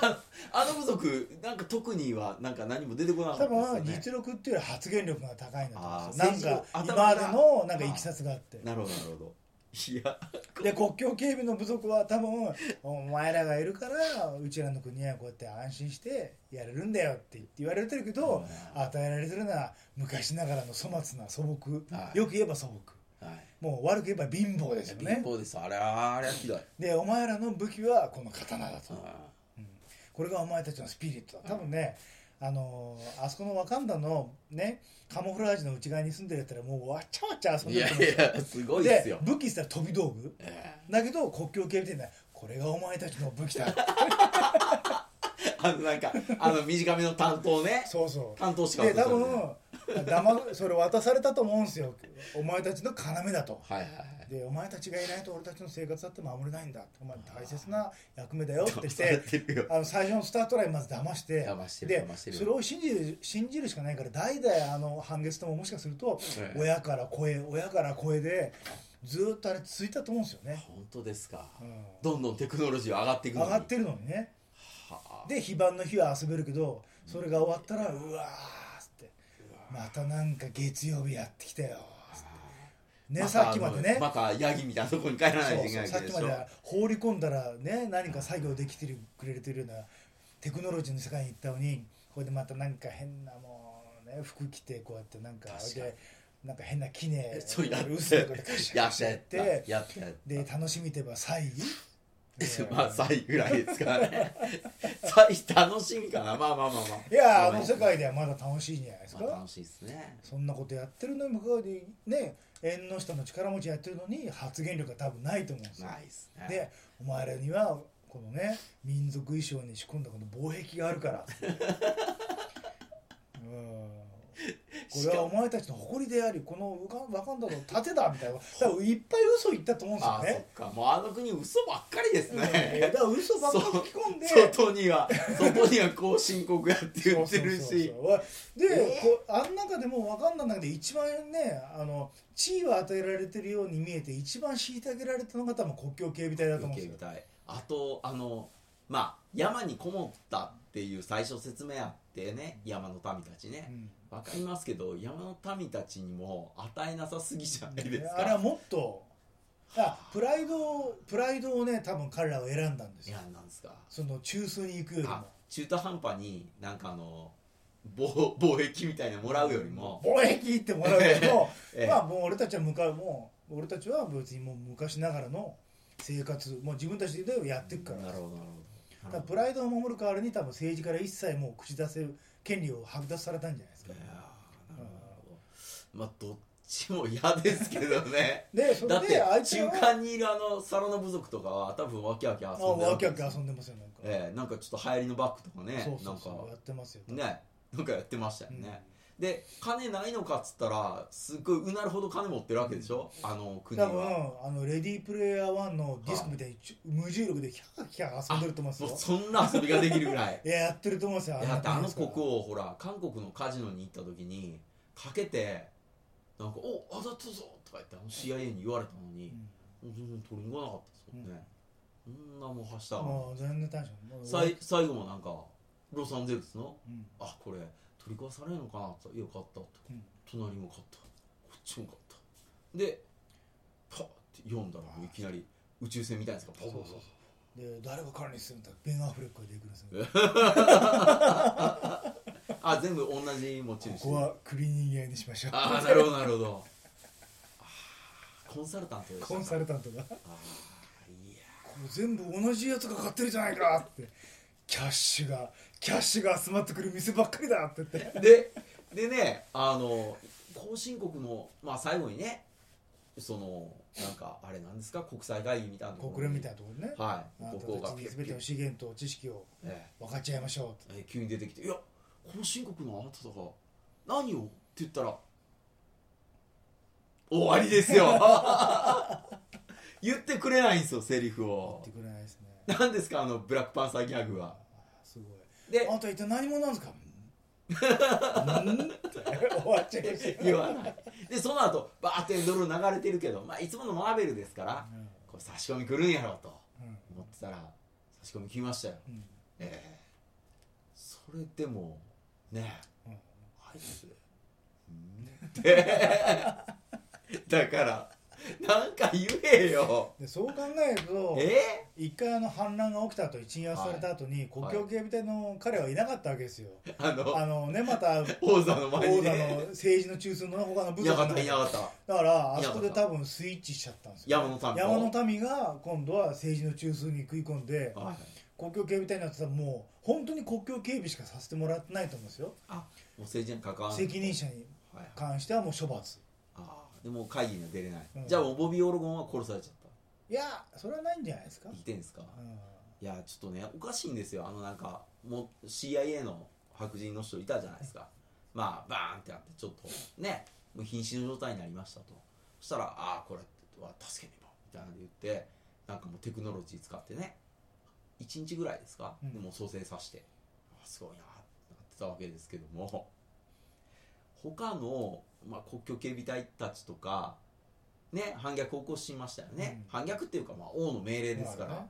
[SPEAKER 1] ああの部族なんか特にはなんか何も出てこなか
[SPEAKER 2] 多
[SPEAKER 1] った
[SPEAKER 2] 分
[SPEAKER 1] ですよね
[SPEAKER 2] 実力っていうより発言力が高いんだと思うんで
[SPEAKER 1] あー
[SPEAKER 2] すよなん
[SPEAKER 1] 政
[SPEAKER 2] か
[SPEAKER 1] 治の
[SPEAKER 2] 今
[SPEAKER 1] 頭が
[SPEAKER 2] までのなんかいきさつがあって
[SPEAKER 1] なるほどなるほどいや
[SPEAKER 2] で国境警備の部族は多分お前らがいるからうちらの国はこうやって安心してやれるんだよって言われてるけど
[SPEAKER 1] うん
[SPEAKER 2] 与えられてるのは昔ながらの粗末な素朴
[SPEAKER 1] はい
[SPEAKER 2] よく言えば素朴
[SPEAKER 1] はい
[SPEAKER 2] もう悪く言えば貧乏ですよ
[SPEAKER 1] 貧
[SPEAKER 2] ね
[SPEAKER 1] 乏ですあれはあれはひどい
[SPEAKER 2] でお前らの武器はこの刀だと
[SPEAKER 1] あ
[SPEAKER 2] これがお前たちのスピリットだ多分ねあのーあそこのワカンダのねカモフラージュの内側に住んでるやったらもうわっちゃわっちゃ遊ん
[SPEAKER 1] い
[SPEAKER 2] でる
[SPEAKER 1] や
[SPEAKER 2] と思
[SPEAKER 1] いやすご
[SPEAKER 2] う
[SPEAKER 1] いです
[SPEAKER 2] で
[SPEAKER 1] よ、
[SPEAKER 2] 武器したら飛び道具
[SPEAKER 1] え
[SPEAKER 2] だけど国境警備店でこれがお前たちの武器だ
[SPEAKER 1] えあのなんかあの短めの担当ね
[SPEAKER 2] そうそう
[SPEAKER 1] 担当しか
[SPEAKER 2] で
[SPEAKER 1] 渡
[SPEAKER 2] 多
[SPEAKER 1] されないは
[SPEAKER 2] 分黙それ渡されたと思うんですよお前たちの要だと
[SPEAKER 1] いはいはい
[SPEAKER 2] でお前たちがいないと俺たちの生活だって守れないんだお前大 切な役目だよって言っ
[SPEAKER 1] され
[SPEAKER 2] て
[SPEAKER 1] てるよ
[SPEAKER 2] あの最初のスタートラインまず騙して
[SPEAKER 1] 騙してる
[SPEAKER 2] で
[SPEAKER 1] 騙してる
[SPEAKER 2] それを信じる信じるしかないから代々あの半月とももしかすると、
[SPEAKER 1] ええ
[SPEAKER 2] 親から声親から声でずーっとあれ続いたと思うんですよね、
[SPEAKER 1] 本当ですか、
[SPEAKER 2] うん、
[SPEAKER 1] どんどんテクノロジーは上がっていくの
[SPEAKER 2] 上
[SPEAKER 1] に
[SPEAKER 2] がってるのにね
[SPEAKER 1] はあ
[SPEAKER 2] で非番の日は遊べるけどそれが終わったらうわーっつってまたなんか月曜日やってきたよっつってね
[SPEAKER 1] バカ
[SPEAKER 2] さっきまでね
[SPEAKER 1] バカヤギみたいなとこに帰らないと
[SPEAKER 2] そう
[SPEAKER 1] いけ
[SPEAKER 2] そ
[SPEAKER 1] な
[SPEAKER 2] う
[SPEAKER 1] い
[SPEAKER 2] さ
[SPEAKER 1] わ
[SPEAKER 2] っ
[SPEAKER 1] けで
[SPEAKER 2] き
[SPEAKER 1] し
[SPEAKER 2] ま
[SPEAKER 1] ょ
[SPEAKER 2] では放り込んだらね何か作業できてるくれてるようなテクノロジーの世界に行ったのにこれでまたなんか変なもうね服着てこうやってなんか
[SPEAKER 1] 確かに
[SPEAKER 2] でなんか変なきね
[SPEAKER 1] そうやって
[SPEAKER 2] うっすらこうやってカシャ
[SPEAKER 1] や
[SPEAKER 2] カ
[SPEAKER 1] っ
[SPEAKER 2] シ
[SPEAKER 1] た
[SPEAKER 2] ャ
[SPEAKER 1] や
[SPEAKER 2] やっ
[SPEAKER 1] った
[SPEAKER 2] て
[SPEAKER 1] やったやった
[SPEAKER 2] で楽しみてばサ イ
[SPEAKER 1] まあ歳ぐらいですからね 歳楽しみかなまあまあまあまあ
[SPEAKER 2] いやーあ
[SPEAKER 1] ま
[SPEAKER 2] の世界ではまだ楽しいんじゃないですか、
[SPEAKER 1] まあ楽しいですね
[SPEAKER 2] そんなことやってるのに向かうでね縁の下の力持ちやってるのに発言力が多分ないと思うんですよ
[SPEAKER 1] ないですね
[SPEAKER 2] でお前らにはこのね民族衣装に仕込んだこの防壁があるから うんこれはお前たちの誇りでありこのウガンワカンダの盾だみたいな多分いっぱい嘘言ったと思うんですよ
[SPEAKER 1] ああそ
[SPEAKER 2] ね
[SPEAKER 1] っかもうあの国嘘ばっかりです
[SPEAKER 2] うん
[SPEAKER 1] ね
[SPEAKER 2] だから嘘ばっか吹き込んで
[SPEAKER 1] 外には外にはこう深刻やって言ってるし
[SPEAKER 2] そうそうそうそうで
[SPEAKER 1] えー
[SPEAKER 2] こうあん中でも分かんない中で一番ねあの地位は与えられてるように見えて一番虐げられたのが多分国境警備隊だと思うん
[SPEAKER 1] 受
[SPEAKER 2] で
[SPEAKER 1] け
[SPEAKER 2] す
[SPEAKER 1] み
[SPEAKER 2] よ
[SPEAKER 1] たいあとあのまあ山にこもったっていう最初説明あってね山の民たちね
[SPEAKER 2] うん
[SPEAKER 1] わかりますけど山の民たちにも与えなさすぎじゃないです
[SPEAKER 2] あれは
[SPEAKER 1] か
[SPEAKER 2] もっとあプライドをプライドをね多分彼らは選んだんです
[SPEAKER 1] い
[SPEAKER 2] よ
[SPEAKER 1] やなんですか
[SPEAKER 2] その中枢に行くより
[SPEAKER 1] あ
[SPEAKER 2] も
[SPEAKER 1] 中途半端になんかあの貿 貿易みたいなのもらうよりも、
[SPEAKER 2] 貿易行ってもらうけど
[SPEAKER 1] ええ
[SPEAKER 2] まあもう俺たちは向かうもう俺たちは別にもう昔ながらの生活もう自分たちでやっていくから
[SPEAKER 1] なるほどなるほ
[SPEAKER 2] だか
[SPEAKER 1] ど
[SPEAKER 2] らプライドを守る代わりに多分政治から一切もう口出せる権利を剥奪されたんじゃないですか
[SPEAKER 1] いやーなるほどなるほどまあどっちも嫌ですけどね
[SPEAKER 2] で そ
[SPEAKER 1] だ
[SPEAKER 2] れ
[SPEAKER 1] っ
[SPEAKER 2] で
[SPEAKER 1] て
[SPEAKER 2] あいつ
[SPEAKER 1] 中
[SPEAKER 2] らは
[SPEAKER 1] 間にいるあのサロナ部族とかは多分わけわけ遊ん
[SPEAKER 2] あ
[SPEAKER 1] でる
[SPEAKER 2] わけわけ遊んでますよなんか、
[SPEAKER 1] ええなんかちょっと流行りのバッグとかね
[SPEAKER 2] そうそうそうやってますよ、
[SPEAKER 1] なんかねなんかやってましたよ
[SPEAKER 2] うん
[SPEAKER 1] ね、で金ないのかっつったらすっごいうなるほど金持ってるわけでしょ、あの国
[SPEAKER 2] 多
[SPEAKER 1] は
[SPEAKER 2] 分あのレディープレイヤー1のディスクみたいにちゅ無重力でキャーキャー遊んでると思います
[SPEAKER 1] もう
[SPEAKER 2] よ
[SPEAKER 1] そんな遊びができるぐらい
[SPEAKER 2] いややってると思いますよ
[SPEAKER 1] いやだってあの
[SPEAKER 2] 国
[SPEAKER 1] 国王ほら韓国のカジノに行った時にかけてなんか「おあざったぞ」とか言ってあの CIA に言われたのに、もう全然取りに行かなかったですもんね、そんなもうはした
[SPEAKER 2] もう全然大丈夫
[SPEAKER 1] さい最後もなんかロサンゼルスの
[SPEAKER 2] うん
[SPEAKER 1] 「あこれ取り壊されるのかな」って言ったら「いや買った」とか
[SPEAKER 2] うん
[SPEAKER 1] 隣も買ったこっちも買ったでパッて読んだらもういきなり宇宙船みたいなやつがパッ
[SPEAKER 2] そうそうで誰が管理するんだベン・アフレックが出てくるんですよ
[SPEAKER 1] あ全部同じ持ち
[SPEAKER 2] こ
[SPEAKER 1] 主
[SPEAKER 2] こはクリーニング屋にしましょう
[SPEAKER 1] ああなるほどなるほどあーコンサルタントでした
[SPEAKER 2] コンサルタントが
[SPEAKER 1] あーいや
[SPEAKER 2] これ全部同じやつが買ってるじゃないかってキャッシュがキャッシュが集まってくる店ばっかりだって言って
[SPEAKER 1] ででねあの後進国の、まあ、最後にねそのなんかあれなんですか国際会議みたいなところに
[SPEAKER 2] 国連みたいなところでね
[SPEAKER 1] はい
[SPEAKER 2] あな
[SPEAKER 1] 国王
[SPEAKER 2] た
[SPEAKER 1] が
[SPEAKER 2] たち
[SPEAKER 1] ピュッピ
[SPEAKER 2] に全て
[SPEAKER 1] ュ
[SPEAKER 2] の
[SPEAKER 1] ッ
[SPEAKER 2] 資源と知識を
[SPEAKER 1] え
[SPEAKER 2] 分かち合いましょうっ
[SPEAKER 1] え
[SPEAKER 2] て
[SPEAKER 1] ええ急に出てきて「いや後進国のあなたとか何を?」って言ったら「終わりですよ」 言ってくれないんですよセリフ
[SPEAKER 2] 言っ
[SPEAKER 1] を
[SPEAKER 2] てくれないですね
[SPEAKER 1] 何ですかあのブラックパンサーギャグは
[SPEAKER 2] すご
[SPEAKER 1] で
[SPEAKER 2] いあんた一体何者なんですかんんって終わっちゃいました
[SPEAKER 1] 言わないでその後バーってエンドロール流れてるけど、まあ、いつものマーベルですから
[SPEAKER 2] うん
[SPEAKER 1] これ差し込み来るんやろうと
[SPEAKER 2] うん
[SPEAKER 1] 思ってたら差し込み来ましたよ
[SPEAKER 2] うん
[SPEAKER 1] ええそれでもねえ、
[SPEAKER 2] うん
[SPEAKER 1] あいつうん ってだからなんか言えよ
[SPEAKER 2] でそう考えると
[SPEAKER 1] え
[SPEAKER 2] 一回あの反乱が起きた後一任された後に国境警備隊の彼はいなかったわけですよ
[SPEAKER 1] あの
[SPEAKER 2] あのねまた
[SPEAKER 1] 王座の
[SPEAKER 2] 王
[SPEAKER 1] 前に
[SPEAKER 2] 座の
[SPEAKER 1] ね
[SPEAKER 2] 政治の中枢の他の部
[SPEAKER 1] いな
[SPEAKER 2] 族
[SPEAKER 1] か
[SPEAKER 2] の
[SPEAKER 1] ったいなかった
[SPEAKER 2] だからあそこで多分スイッチしちゃったんですよ
[SPEAKER 1] 山の民と
[SPEAKER 2] 山の民が今度は政治の中枢に食い込んで
[SPEAKER 1] はい
[SPEAKER 2] 国境警備隊になってたらもう本当に国境警備しかさせてもらってないと思うんですよ
[SPEAKER 1] あもう政治に関わらない
[SPEAKER 2] 責任者に
[SPEAKER 1] はい
[SPEAKER 2] 関してはもう処罰
[SPEAKER 1] あーでもう会議には出れない、
[SPEAKER 2] うん
[SPEAKER 1] じゃあボビー・オルゴンは殺されちゃっ
[SPEAKER 2] いやそれはないんじゃないですか
[SPEAKER 1] た生きてんすか、
[SPEAKER 2] う
[SPEAKER 1] い
[SPEAKER 2] ん
[SPEAKER 1] やちょっとねおかしいんですよあのなんかもう CIA の白人の人いたじゃないですかまあバーンってなってちょっとねもう瀕死の状態になりましたとそしたら「ああこれは助けねば」みたいなので言ってなんかもうテクノロジー使ってね1日ぐらいですか、
[SPEAKER 2] うん
[SPEAKER 1] でもう蘇生させてあすごいなってなってたわけですけども他の、まあ、国境警備隊たちとかね反逆を起こしましたよね、
[SPEAKER 2] うん
[SPEAKER 1] 反逆っていうか、まあ、王の命令ですから、
[SPEAKER 2] まあね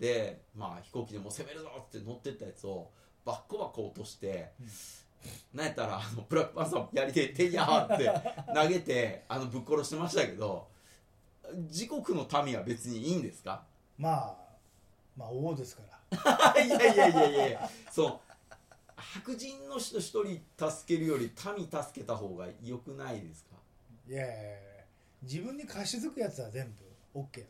[SPEAKER 1] で、まあ、飛行機でもう攻めるぞって乗ってったやつをバッコバッコ落として、
[SPEAKER 2] うん
[SPEAKER 1] なんやったらあのブラックパンサーもやりてえってんやー って投げてあのぶっ殺してましたけど自国の民は別にいいんですか
[SPEAKER 2] まあまあ王ですから
[SPEAKER 1] いやいやいやいやそう白人の人一人助けるより民助けた方が良くないですか
[SPEAKER 2] いやいやいや自分に貸し付くやつは全部 OK ない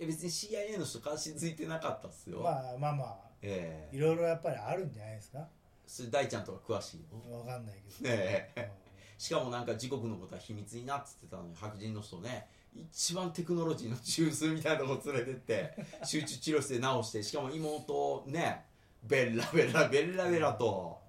[SPEAKER 1] や別に CIA の人関心ついてなかったっすよ、
[SPEAKER 2] んでまあまあまあ
[SPEAKER 1] ええ
[SPEAKER 2] いろいろやっぱりあるんじゃないですか
[SPEAKER 1] それ大ちゃんとか詳しいよ
[SPEAKER 2] わかんないけど、
[SPEAKER 1] ええ
[SPEAKER 2] うん
[SPEAKER 1] しかもなんか自国のことは秘密になっつってたのに白人の人ね一番テクノロジーの中枢みたいなとこ連れて って集中治療室で治してしかも妹をねベラベラベラベラと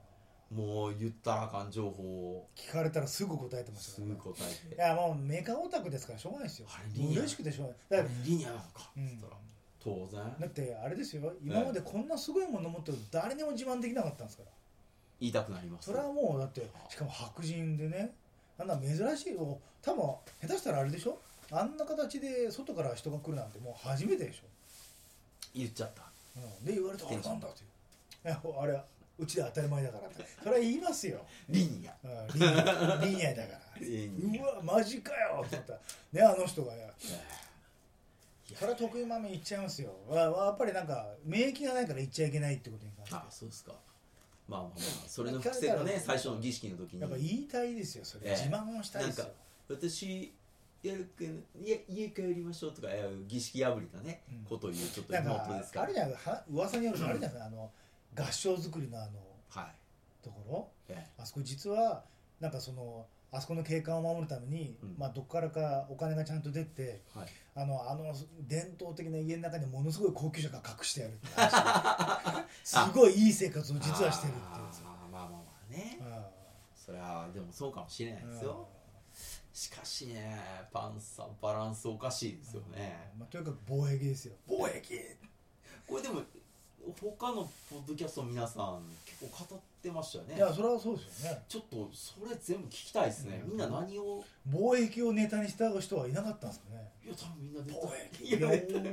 [SPEAKER 1] もう言ったらあかん情報を
[SPEAKER 2] 聞かれたらすぐ答えてました
[SPEAKER 1] す
[SPEAKER 2] から
[SPEAKER 1] ぐ
[SPEAKER 2] ね
[SPEAKER 1] 答え
[SPEAKER 2] い
[SPEAKER 1] て
[SPEAKER 2] やもうメカオタクですからしょうがないですよ
[SPEAKER 1] あれ
[SPEAKER 2] もう
[SPEAKER 1] リア
[SPEAKER 2] 嬉しくてしょうが
[SPEAKER 1] 「あれ
[SPEAKER 2] ないだから
[SPEAKER 1] リニアなのか」
[SPEAKER 2] う
[SPEAKER 1] っ
[SPEAKER 2] ん
[SPEAKER 1] つったら、当然
[SPEAKER 2] だってあれですよ今までこんなすごいもの持ってるの誰にも自慢できなかったんですから
[SPEAKER 1] 言いたくなります
[SPEAKER 2] それはもうだってしかも白人でねあんな珍しいよ多分下手したらあれでしょあんな形で外から人が来るなんてもう初めてでしょ、
[SPEAKER 1] 言っちゃった
[SPEAKER 2] うん、で言われたらあれなんだっていういやあれはうちで当たり前だからってそれは言いますよ
[SPEAKER 1] リニア
[SPEAKER 2] うんリニアリニアだから
[SPEAKER 1] リニア
[SPEAKER 2] うわマジかよって言ったらねあの人がね
[SPEAKER 1] いや
[SPEAKER 2] それは得意豆いっちゃいますよわわやっぱりなんか免疫がないからいっちゃいけないってことに関して
[SPEAKER 1] あそうですかまあまあまあそれの伏線のね最初の儀式の時に
[SPEAKER 2] やっぱ言いたいですよそれ、
[SPEAKER 1] ええ
[SPEAKER 2] 自慢をしたいですよ
[SPEAKER 1] なんか私やるくんいや家帰りましょうとかえー儀式破りなね、
[SPEAKER 2] うん
[SPEAKER 1] ことを言うちょっと
[SPEAKER 2] なん
[SPEAKER 1] 妹
[SPEAKER 2] か
[SPEAKER 1] ですか
[SPEAKER 2] あ
[SPEAKER 1] ら
[SPEAKER 2] るじゃないは噂によるとあれじゃないですかあの合掌造りのあの
[SPEAKER 1] はい
[SPEAKER 2] ところ
[SPEAKER 1] え
[SPEAKER 2] あそこ実はなんかそのあそこの景観を守るために、
[SPEAKER 1] うん
[SPEAKER 2] まあ、どっからかお金がちゃんと出て
[SPEAKER 1] えはい
[SPEAKER 2] あのあの伝統的な家の中にものすごい高級車が隠してあるって話 すごいいい生活を実はしてるっていうやつ
[SPEAKER 1] あーまあまあまあね
[SPEAKER 2] あ
[SPEAKER 1] それはでもそうかもしれない
[SPEAKER 2] ー
[SPEAKER 1] ですよしかしねパンサーバランスおかしいですよね
[SPEAKER 2] うんまあ、とにかく防壁ですよ
[SPEAKER 1] 貿易これでも他のポッドキャストの皆さん結構語ってましたよ
[SPEAKER 2] い
[SPEAKER 1] ね
[SPEAKER 2] やそれはそうですよね
[SPEAKER 1] ちょっとそれ全部聞きたいですね、
[SPEAKER 2] うん
[SPEAKER 1] みんな何を
[SPEAKER 2] 貿易をネタにした人はいなかったんですかね
[SPEAKER 1] いや多分みんな出
[SPEAKER 2] 貿
[SPEAKER 1] た
[SPEAKER 2] 易
[SPEAKER 1] いや絶対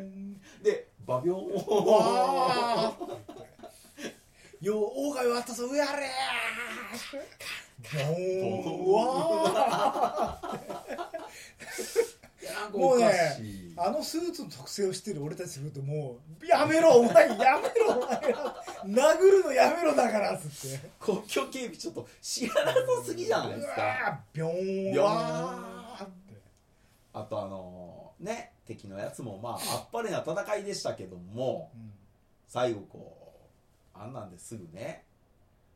[SPEAKER 1] で馬病
[SPEAKER 2] わーよう、大川渡す上あれーわ
[SPEAKER 1] いやなんか
[SPEAKER 2] も
[SPEAKER 1] お
[SPEAKER 2] うね
[SPEAKER 1] かしい、
[SPEAKER 2] ーあのスーツの特性を知ってる俺たちするともう「やめろお前やめろお前殴るのやめろだから」っつって
[SPEAKER 1] 国境警備ちょっと知らなさすぎじゃないですか
[SPEAKER 2] うわービョーン
[SPEAKER 1] ビョーン
[SPEAKER 2] わーって
[SPEAKER 1] あとあのーね敵のやつもまああっぱれな戦いでしたけども
[SPEAKER 2] うん
[SPEAKER 1] 最後こうあんなんですぐね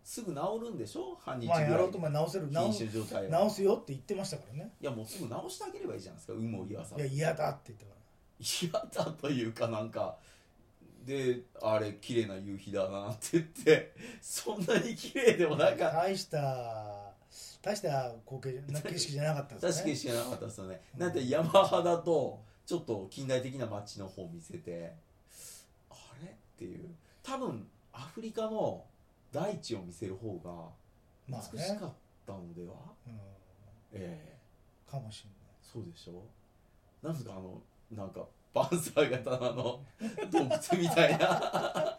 [SPEAKER 1] すぐ治るんでしょ半日ぐ
[SPEAKER 2] まあ
[SPEAKER 1] らい
[SPEAKER 2] やろうとも直せる直
[SPEAKER 1] 禁
[SPEAKER 2] す
[SPEAKER 1] 酒状態は
[SPEAKER 2] 直すよって言ってましたからね
[SPEAKER 1] いやもうすぐ直してあげればいいじゃないですか有無を言わさ
[SPEAKER 2] いや
[SPEAKER 1] ず
[SPEAKER 2] 嫌だって言ったから
[SPEAKER 1] 嫌だというかなんかであれ綺麗な夕日だなって言ってそんなに綺麗でもなんか
[SPEAKER 2] 大した大した光景じゃな景色じゃなかったで
[SPEAKER 1] 確
[SPEAKER 2] す
[SPEAKER 1] か
[SPEAKER 2] ね
[SPEAKER 1] に知らなかったですよね、なんて山肌とちょっと近代的な街の方を見せてあれっていう多分アフリカの大地を見せる方が
[SPEAKER 2] まあ
[SPEAKER 1] 美し
[SPEAKER 2] ね
[SPEAKER 1] かったのでは、
[SPEAKER 2] うん
[SPEAKER 1] ええ
[SPEAKER 2] かもしれ
[SPEAKER 1] そうでしょなんですかあのなんかパンサー型のあの洞窟みたいな
[SPEAKER 2] な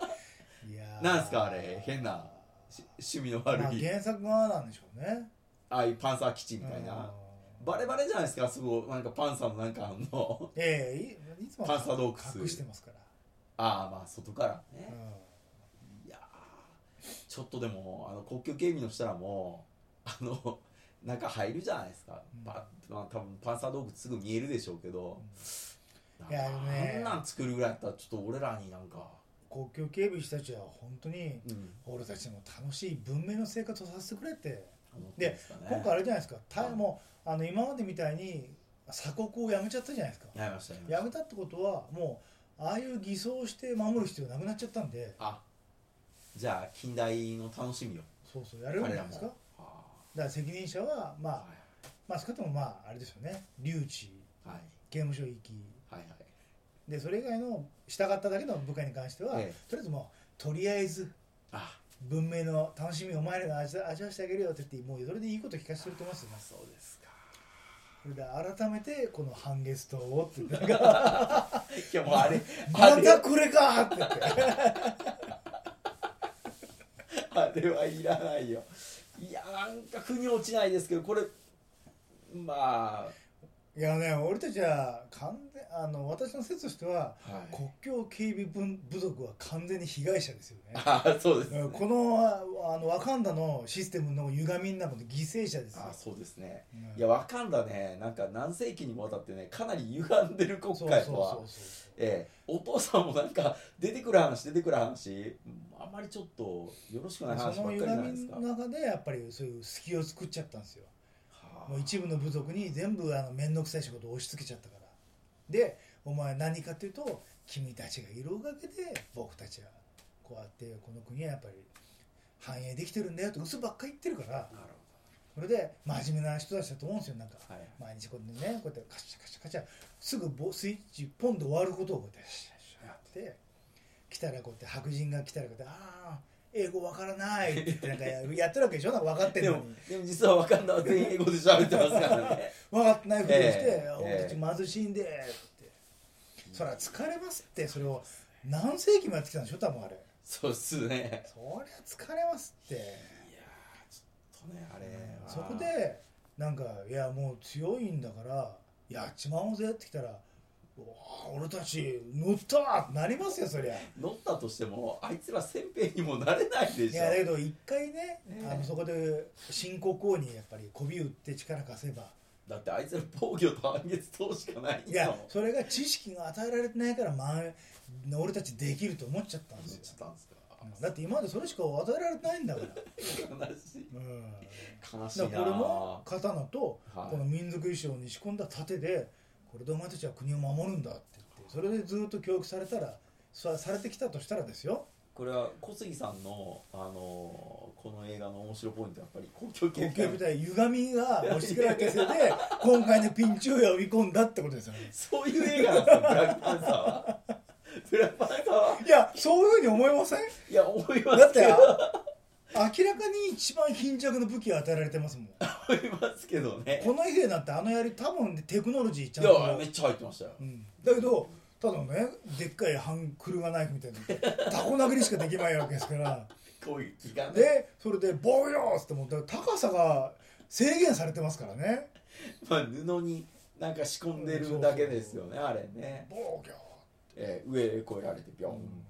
[SPEAKER 2] いいやー
[SPEAKER 1] なんすかあれ変なし趣味の悪
[SPEAKER 2] まあ、
[SPEAKER 1] い、
[SPEAKER 2] 原作側なんでしょうね
[SPEAKER 1] ああいうパンサー基地みたいな、
[SPEAKER 2] うん
[SPEAKER 1] バレバレじゃないですかすごいなんかパンサーのなんかあの
[SPEAKER 2] ええいいつも
[SPEAKER 1] パンサー洞窟
[SPEAKER 2] 隠してますから、
[SPEAKER 1] ああまあ外からね、
[SPEAKER 2] うん
[SPEAKER 1] いやーちょっとでもあの国境警備の人らもあの 中入るじゃないですか、
[SPEAKER 2] うん
[SPEAKER 1] パまあ、多分パンサードーグすぐ見えるでしょうけど、
[SPEAKER 2] いやあのね
[SPEAKER 1] あんなん作るぐらいだったらちょっと俺らになんか、
[SPEAKER 2] 国境警備士たちは本当に
[SPEAKER 1] うん、
[SPEAKER 2] 俺たちも楽しい文明の生活をさせてくれって、
[SPEAKER 1] 思ってますかね
[SPEAKER 2] 今回あれじゃないですかタイ
[SPEAKER 1] うん
[SPEAKER 2] もあの今までみたいに鎖国をやめちゃったじゃないですか
[SPEAKER 1] やりましたやりました
[SPEAKER 2] やめたってことはもうああいう偽装して守る必要なくなっちゃったんで
[SPEAKER 1] あじゃあ近代の楽しみを
[SPEAKER 2] そうそうやれるんじゃないですかだか
[SPEAKER 1] あ
[SPEAKER 2] ら責任者はま
[SPEAKER 1] ー
[SPEAKER 2] あまあ少なくともまああれですよね留置
[SPEAKER 1] はい
[SPEAKER 2] 刑務所行き
[SPEAKER 1] はいはい
[SPEAKER 2] でそれ以外の従っただけの部下に関しては、
[SPEAKER 1] ええ
[SPEAKER 2] とりあえずもうとりあえず
[SPEAKER 1] あ
[SPEAKER 2] 文明の楽しみをお前らが味わ味わしてあげるよって言ってもうそれでいいこと聞かせてると思いますよ
[SPEAKER 1] そうです か
[SPEAKER 2] それで改めてこの半月島をってなん か
[SPEAKER 1] いやもうあれあ
[SPEAKER 2] ま
[SPEAKER 1] れ
[SPEAKER 2] たこれかって言って
[SPEAKER 1] あれはいらないよいやなんか腑に落ちないですけどこれまあ
[SPEAKER 2] いやね俺たちは完全あの私の説としては
[SPEAKER 1] はい
[SPEAKER 2] 国境警備部部族は完全に被害者ですよね
[SPEAKER 1] あーそうですね
[SPEAKER 2] うんこのああのワカンダのシステムの歪みの中の犠牲者ですよ
[SPEAKER 1] あーそうですね
[SPEAKER 2] うん
[SPEAKER 1] いやわかんだねなんか何世紀にもわたってねかなり歪んでる国会とは
[SPEAKER 2] そうそうそう
[SPEAKER 1] ええお父さんもなんか出てくる話出てくる話あんまりちょっとよろしくない
[SPEAKER 2] そう
[SPEAKER 1] 話
[SPEAKER 2] そ
[SPEAKER 1] ばっか
[SPEAKER 2] の
[SPEAKER 1] りじゃないで
[SPEAKER 2] 歪
[SPEAKER 1] す
[SPEAKER 2] み
[SPEAKER 1] か
[SPEAKER 2] の中でやっぱりそういう隙を作っちゃったんですよ
[SPEAKER 1] はあ
[SPEAKER 2] もう一部の部族に全部あの面倒くさい仕事を押し付けちゃったからでお前何かっていうと君たちが色をかけて僕たちはこうやってこの国はやっぱり繁栄できてるんだよと嘘ばっか言ってるから
[SPEAKER 1] なる
[SPEAKER 2] それで真面目な人たちだと思うんですよなんか
[SPEAKER 1] ほどはい
[SPEAKER 2] 毎日こうやってねこうやってカシャカシャカシャすぐボスイッチポンで終わることをこうやってシャッシャッやって来たらこうやって白人が来たらこうやってああ英語わからないって言ってなんかややってるわけでしょなんか分かってん
[SPEAKER 1] で
[SPEAKER 2] の
[SPEAKER 1] も
[SPEAKER 2] に
[SPEAKER 1] でも実はわかんだは全員英語で喋ってますから ね
[SPEAKER 2] 分かってないふりをして
[SPEAKER 1] ええ
[SPEAKER 2] 「俺たち貧しいんで」ってそりゃ疲れますってそれを何世紀もやってきたんでしょ多分あれ
[SPEAKER 1] そうっすね
[SPEAKER 2] そりゃ疲れますって
[SPEAKER 1] いやーちょっとねあれは
[SPEAKER 2] そこでなんか「いやもう強いんだからやっちまおうぜ」って来たら「うわー俺たち乗った!」ってなりますよそりゃ
[SPEAKER 1] 乗ったとしてもあいつら先兵にもなれないで
[SPEAKER 2] い
[SPEAKER 1] し
[SPEAKER 2] やだけ
[SPEAKER 1] ょ
[SPEAKER 2] ど一回ね
[SPEAKER 1] ね
[SPEAKER 2] あのそこで新国王にやっぱり媚び売って力貸せば
[SPEAKER 1] だってあいつら防御と暗月等しかないん
[SPEAKER 2] い
[SPEAKER 1] だ
[SPEAKER 2] や
[SPEAKER 1] もん
[SPEAKER 2] それが知識が与えられてないから、まあ、俺たちできると思っちゃったんです
[SPEAKER 1] 乗っ
[SPEAKER 2] よ
[SPEAKER 1] ちゃったんですか
[SPEAKER 2] だって今までそれしか与えられてないんだから、
[SPEAKER 1] 悲しい
[SPEAKER 2] うん、だ
[SPEAKER 1] 悲しい
[SPEAKER 2] か
[SPEAKER 1] な
[SPEAKER 2] らこれも刀と
[SPEAKER 1] はい
[SPEAKER 2] この民族衣装に仕込んだ盾でこれでお前たちは国を守るんだって言ってそれでずっと教育されたらさされてきたとしたらですよ
[SPEAKER 1] これは小杉さんの、あのーこの映画の面白いポイントやっぱり公共系
[SPEAKER 2] 国境部隊歪みが押し付けられたせいで今回のピンチを呼び込んだってことですよね
[SPEAKER 1] そういう映画なんですよブラックパンサーはブラックパンサーはい
[SPEAKER 2] やそういうふうに思いません
[SPEAKER 1] いや思いま
[SPEAKER 2] だ
[SPEAKER 1] す
[SPEAKER 2] っ
[SPEAKER 1] け
[SPEAKER 2] て
[SPEAKER 1] ど
[SPEAKER 2] あ明らかに一番貧弱な武器を与えられてますもん
[SPEAKER 1] 思いますけどね
[SPEAKER 2] この兵なんてあの槍多分テクノロジーち
[SPEAKER 1] い
[SPEAKER 2] ゃんと
[SPEAKER 1] やめっちゃ入ってましたよ、
[SPEAKER 2] うんだけどただのねでっかいハンクルがナイフみたいなタコ殴りしかできないわけですから
[SPEAKER 1] 攻撃がね、
[SPEAKER 2] でそれで「ボーよーっつってもうだから高さが制限されてますからね
[SPEAKER 1] まあ、布になんか仕込んでるだけですよねあれ
[SPEAKER 2] 「
[SPEAKER 1] ね、
[SPEAKER 2] ボーギョー
[SPEAKER 1] えー、上へ越えられてビョン、
[SPEAKER 2] うん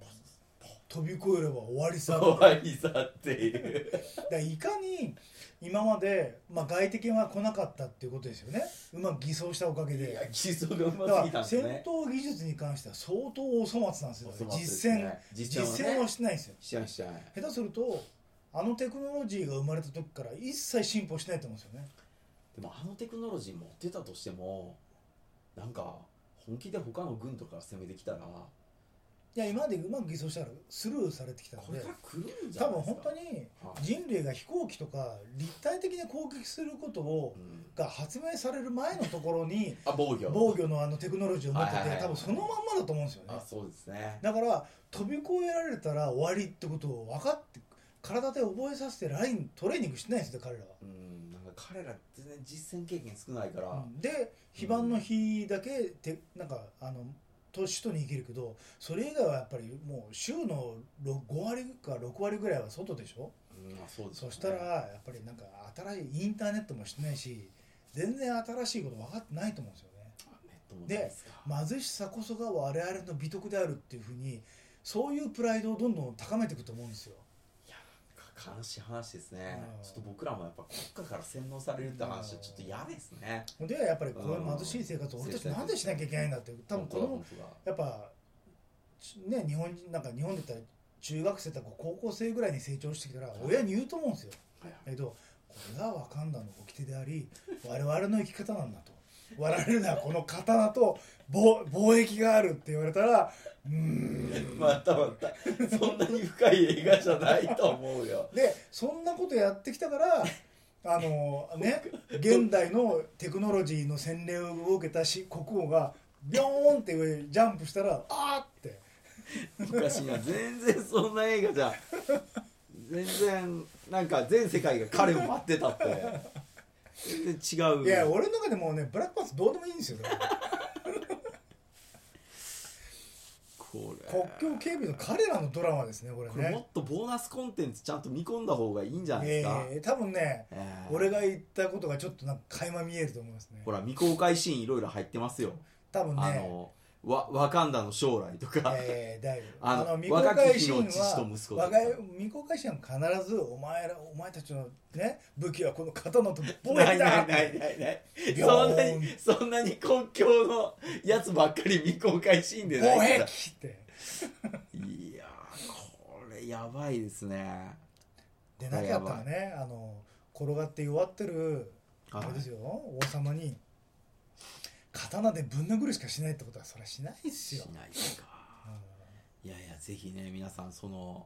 [SPEAKER 2] 飛び越えれば終わりさ」
[SPEAKER 1] 終わりさっていう
[SPEAKER 2] だからいかに今まで、まあ、外敵が来なかったっていうことですよねうまく偽装したおかげ
[SPEAKER 1] いや
[SPEAKER 2] で
[SPEAKER 1] 技術がう
[SPEAKER 2] だ
[SPEAKER 1] ま
[SPEAKER 2] か
[SPEAKER 1] すぎたん
[SPEAKER 2] ら
[SPEAKER 1] です
[SPEAKER 2] 戦
[SPEAKER 1] ね
[SPEAKER 2] 闘技術に関しては相当お粗末なんですよ
[SPEAKER 1] お粗末です
[SPEAKER 2] 実践
[SPEAKER 1] ね実践
[SPEAKER 2] 実
[SPEAKER 1] はね
[SPEAKER 2] 践はしてないですよ
[SPEAKER 1] しないしない
[SPEAKER 2] 下手するとあのテクノロジーが生まれた時から一切進歩しないと思うんですよね
[SPEAKER 1] でもあのテクノロジー持ってたとしてもなんか本気で他の軍とか攻めてきたら
[SPEAKER 2] いや今までうまく偽装したらスルーされてきたの
[SPEAKER 1] これ
[SPEAKER 2] で
[SPEAKER 1] から来るんじゃ
[SPEAKER 2] 多
[SPEAKER 1] ない
[SPEAKER 2] 分
[SPEAKER 1] ですか
[SPEAKER 2] 本当に
[SPEAKER 1] はい
[SPEAKER 2] 人類が飛行機とか立体的に攻撃することを
[SPEAKER 1] うん
[SPEAKER 2] が発明される前のところに
[SPEAKER 1] あ防御
[SPEAKER 2] 防御のあのテクノロジーを持って
[SPEAKER 1] はいはい
[SPEAKER 2] て
[SPEAKER 1] はい
[SPEAKER 2] 多分そのまんまだと思うんですよね
[SPEAKER 1] あそうですね
[SPEAKER 2] だから飛び越えられたら終わりってことを分かって体で覚えさせてライントレーニングしてないんですよ彼らは。
[SPEAKER 1] うんなんか彼ら全然実践経験少ないから、
[SPEAKER 2] で非番の日だけてなんかあの都市とに生きるけどそれ以外はやっぱりもう週のろ5割か6割ぐらいは外でしょ
[SPEAKER 1] うんまあそうですよ
[SPEAKER 2] そ
[SPEAKER 1] ね
[SPEAKER 2] したらやっぱりなんか新しいインターネットもしてないし全然新しいこと分かってないと思うんですよね
[SPEAKER 1] あネットもないですか
[SPEAKER 2] 貧しさこそが我々の美徳であるっていうふうにそういうプライドをどんどん高めていくと思うんですよ
[SPEAKER 1] いやなんか悲しい話ですね
[SPEAKER 2] うん
[SPEAKER 1] ちょっと僕らもやっぱ国家から洗脳されるって話はちょっと嫌ですね
[SPEAKER 2] でやっぱりこういう貧しい生活を俺たちなんでしなきゃいけないんだって多分この
[SPEAKER 1] 本当だ本
[SPEAKER 2] やっぱちね日本人なんか日本で言ったら中学生とか高校生ぐらいに成長してきたら親に言うと思うんですよ
[SPEAKER 1] 当だはい
[SPEAKER 2] だけどこれがワカンダの掟であり我々の生き方なんだと我々にはこの刀と貿貿易があるって言われたらうーん
[SPEAKER 1] またまたそんなに深い映画じゃないと思うよ
[SPEAKER 2] でそんなことやってきた からあのね現代のテクノロジーの洗礼を受けたし国王がビョーンって上にジャンプしたらあーって。
[SPEAKER 1] おかしいな全然そんな映画じゃ全然なんか全世界が彼を待ってたって全然違う
[SPEAKER 2] いや俺の中でもうねブラックパンツどうでもいいんですよだから
[SPEAKER 1] これ
[SPEAKER 2] 国境警備の彼らのドラマですねこれ
[SPEAKER 1] これも
[SPEAKER 2] ね
[SPEAKER 1] っとボーナスコンテンツちゃんと見込んだ方がいいんじゃないですか、
[SPEAKER 2] ええ多分ね
[SPEAKER 1] ええ
[SPEAKER 2] 俺が言ったことがちょっとなんか垣間見えると思いますね
[SPEAKER 1] ほら未公開シーンいろいろ入ってますよ、
[SPEAKER 2] 多分
[SPEAKER 1] あ
[SPEAKER 2] ね
[SPEAKER 1] のわワカンダの将来とか、
[SPEAKER 2] ええだいぶ
[SPEAKER 1] あの
[SPEAKER 2] 未公開シーンは
[SPEAKER 1] 若き日の父と息子とか
[SPEAKER 2] 若い未公開シーンは必ずお前らお前たちのね武器はこの刀と防
[SPEAKER 1] な
[SPEAKER 2] 衛
[SPEAKER 1] いな
[SPEAKER 2] だ
[SPEAKER 1] いないないない
[SPEAKER 2] ビョ
[SPEAKER 1] そんな
[SPEAKER 2] ーン
[SPEAKER 1] にそんなに国境のやつばっかり未公開シーンでない
[SPEAKER 2] 防
[SPEAKER 1] から
[SPEAKER 2] 衛機って
[SPEAKER 1] いやーこれやばいですね
[SPEAKER 2] でなかったらねあの転がって弱ってるあ
[SPEAKER 1] はい
[SPEAKER 2] れですよ王様に刀でぶん殴るしかしないってことはそれはしないです
[SPEAKER 1] し
[SPEAKER 2] よ、
[SPEAKER 1] ないですかいやいやぜひね皆さんその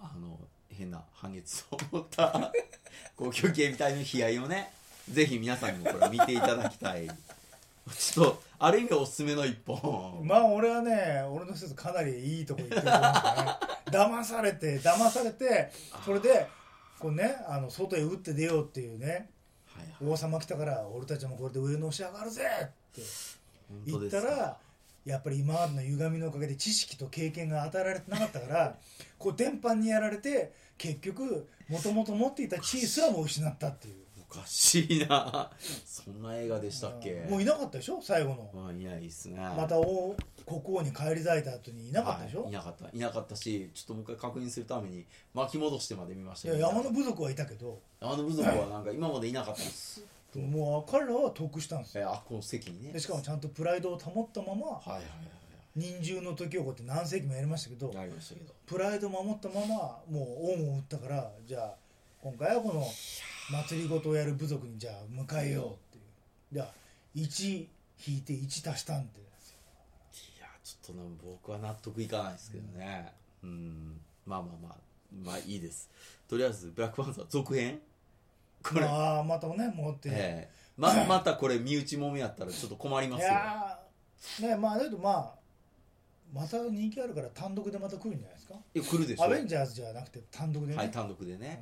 [SPEAKER 1] あの変な半月を持った 公共警備隊の悲哀をねぜひ皆さんにもこれ見ていただきたいちょっとある意味おすすめの一
[SPEAKER 2] う
[SPEAKER 1] 本
[SPEAKER 2] んまあ俺はね俺の説かなりいいとこ行ってると思うんですよね 騙されて騙されてそれでこうねあの外へ打って出ようっていうね
[SPEAKER 1] はいはい
[SPEAKER 2] 王様来たから俺たちもこれで上のし上がるぜって
[SPEAKER 1] 本当
[SPEAKER 2] 言っ
[SPEAKER 1] で
[SPEAKER 2] た
[SPEAKER 1] すから
[SPEAKER 2] やっぱり今までの歪みのおかげで知識と経験が与えられてなかったからこう電波にやられて結局もともと持っていた地位すらも失ったっていう
[SPEAKER 1] おかしいなそんな映画でしたっけ
[SPEAKER 2] もういなかったでしょ最後の、
[SPEAKER 1] まあいないですね
[SPEAKER 2] また王国王に返り咲いた後にいなかったでしょ、
[SPEAKER 1] はいい、いなかったいなかったしちょっともう一回確認するために巻き戻してまで見ました
[SPEAKER 2] や
[SPEAKER 1] けど
[SPEAKER 2] 山の部族はいたけど
[SPEAKER 1] 山の部族はなんか今までいなかったですそう
[SPEAKER 2] もう彼らは得したんですよ
[SPEAKER 1] えあこの席にね
[SPEAKER 2] でしかもちゃんとプライドを保ったまま
[SPEAKER 1] はいはい
[SPEAKER 2] 忍従の時をこうやって何世紀もやりましたけど
[SPEAKER 1] はいはいありましたけど
[SPEAKER 2] プライドを守ったままもう恩を売ったからじゃあ今回はこの祭りごとをやる部族にじゃあ迎えようっていうじゃあ1引いて1足したんで
[SPEAKER 1] いやちょっとな僕は納得いかないですけどねうんまあまあまあまあいいですとりあえずブラックパンサー続編これ、
[SPEAKER 2] まあまたね持って、
[SPEAKER 1] ええままたこれ身内もみやったらちょっと困りま
[SPEAKER 2] い
[SPEAKER 1] すよ
[SPEAKER 2] やーねまあだけどまあまた人気あるから単独でまた来るんじゃないですか
[SPEAKER 1] いや来るでしょ
[SPEAKER 2] アベンジャーズじゃなくて単独でね、
[SPEAKER 1] はい単独でね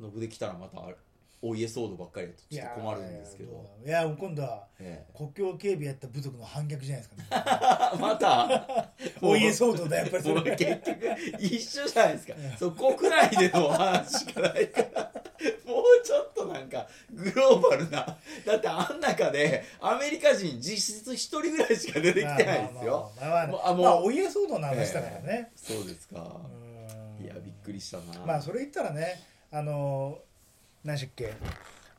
[SPEAKER 1] 単独で来たらまたあれお家騒動ばっかりやとちょっと困るんですけど、
[SPEAKER 2] いやーいや今度は
[SPEAKER 1] ええ
[SPEAKER 2] 国境警備やった部族の反逆じゃないですかね
[SPEAKER 1] あま た
[SPEAKER 2] お家
[SPEAKER 1] う
[SPEAKER 2] 騒動だやっぱりそ
[SPEAKER 1] もう
[SPEAKER 2] れ
[SPEAKER 1] 結局一緒じゃないですかそう国内での話しかないから もうちょっとなんかグローバルなだってあん中でアメリカ人実質一人ぐらいしか出てきてないですよ
[SPEAKER 2] まあまあまあまあ
[SPEAKER 1] もうあもう
[SPEAKER 2] まあお家騒動の話だからね、
[SPEAKER 1] そうですか
[SPEAKER 2] うん
[SPEAKER 1] いやびっくりしたな
[SPEAKER 2] まあそれ言ったらねあの何でしたっけ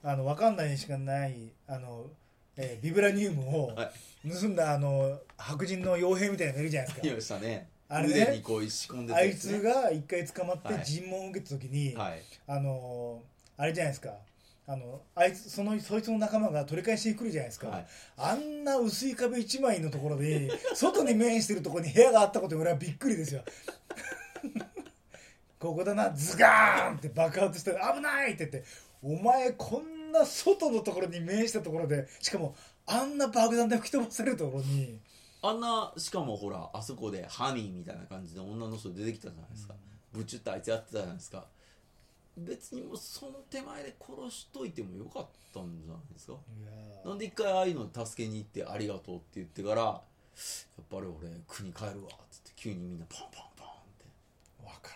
[SPEAKER 2] あのわかんないにしかないあの、えービブラニウムを
[SPEAKER 1] は
[SPEAKER 2] 盗んだあの白人の傭兵みたいなのがいるじゃないです
[SPEAKER 1] 見
[SPEAKER 2] か
[SPEAKER 1] ましたね
[SPEAKER 2] あれね
[SPEAKER 1] 腕にこう仕込んで
[SPEAKER 2] あ
[SPEAKER 1] や
[SPEAKER 2] い
[SPEAKER 1] つ
[SPEAKER 2] つ
[SPEAKER 1] ね
[SPEAKER 2] が一回捕まっ
[SPEAKER 1] は
[SPEAKER 2] て
[SPEAKER 1] い
[SPEAKER 2] 尋問を受けた時に、
[SPEAKER 1] はい
[SPEAKER 2] あのあれじゃないですかあのあいつそのそいつの仲間が取り返してくるじゃないですか、
[SPEAKER 1] はい
[SPEAKER 2] あんな薄い壁一枚のところで外に面してるところに部屋があったことに俺はびっくりですよ ここだなズガーンって爆発して危ないって言ってお前こんな外のところに面したところでしかもあんな爆弾で吹き飛ばされるところに
[SPEAKER 1] あんなしかもほらあそこでハミーみたいな感じで女の人出てきたじゃないですか、ブチュってあいつやってたじゃないですか別にもうその手前で殺しといてもよかったんじゃないですか
[SPEAKER 2] いやー
[SPEAKER 1] なんで一回ああいうの助けに行って「ありがとう」って言ってから「やっぱり俺国帰るわ」っつって急にみんなパンパンパンって
[SPEAKER 2] わか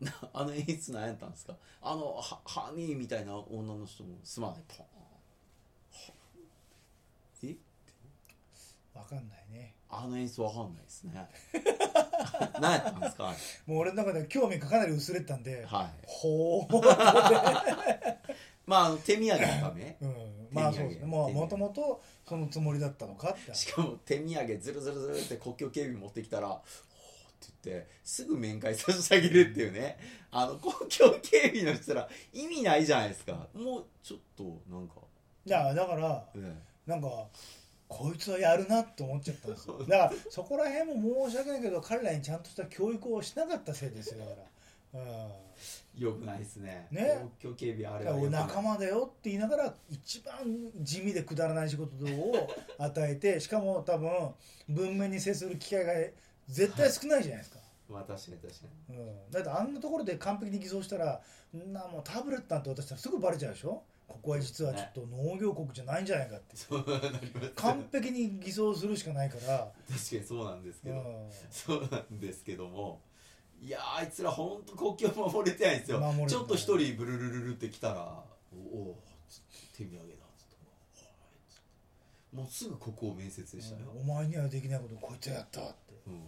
[SPEAKER 2] らない
[SPEAKER 1] な あの演出何やったんですかあのハハミーみたいな女の人もすまないパンえ
[SPEAKER 2] わかんないね
[SPEAKER 1] あの演出わかんないですね何やったんですかあれ
[SPEAKER 2] もう俺の中では興味がかなり薄れてたんで、
[SPEAKER 1] はい
[SPEAKER 2] ほう
[SPEAKER 1] まああの手土産のため
[SPEAKER 2] うん、まあそうです
[SPEAKER 1] 手土
[SPEAKER 2] ね
[SPEAKER 1] 産
[SPEAKER 2] まあ
[SPEAKER 1] 手土産
[SPEAKER 2] もともとそのつもりだったのかって
[SPEAKER 1] しかも手土産ズルズルズルって国境警備持ってきたら「ほー」って言ってすぐ面会させてあげるっていうねあの国境警備の人ら意味ないじゃないですかもうちょっとなんか、
[SPEAKER 2] いやだから
[SPEAKER 1] うん
[SPEAKER 2] なんかこいつはやるなって思っちゃったんですよだからそこら辺も申し訳ないけど彼らにちゃんとした教育をしなかったせいですよだから、う
[SPEAKER 1] よくないですね
[SPEAKER 2] ね
[SPEAKER 1] 国境警備あ
[SPEAKER 2] ん、
[SPEAKER 1] れ
[SPEAKER 2] だ
[SPEAKER 1] は
[SPEAKER 2] から
[SPEAKER 1] 良く
[SPEAKER 2] お
[SPEAKER 1] ない
[SPEAKER 2] 仲間だよって言いながら一番地味でくだらない仕事を与えてしかも多分文面に接する機会が絶対少ないじゃないですか、
[SPEAKER 1] まあ確かに確かに
[SPEAKER 2] うん、だってあんなところで完璧に偽装したらんなもうタブレットなんて渡したらすぐバレちゃうでしょここは実はちょっと農業国じゃないんじゃないかって
[SPEAKER 1] そうなります
[SPEAKER 2] 完璧に偽装するしかないから、
[SPEAKER 1] 確かにそうなんですけ
[SPEAKER 2] う
[SPEAKER 1] ど、
[SPEAKER 2] ん、
[SPEAKER 1] そうなんですけどもいやーあいつらほんと国境守れてないんですよ
[SPEAKER 2] 守れてない
[SPEAKER 1] ちょっと一人ブルルルルって来たら「おおうつって手土産だ」つってはいつってもうすぐここを面接でしたよ、
[SPEAKER 2] お前にはできないことをこいつはやったって
[SPEAKER 1] うん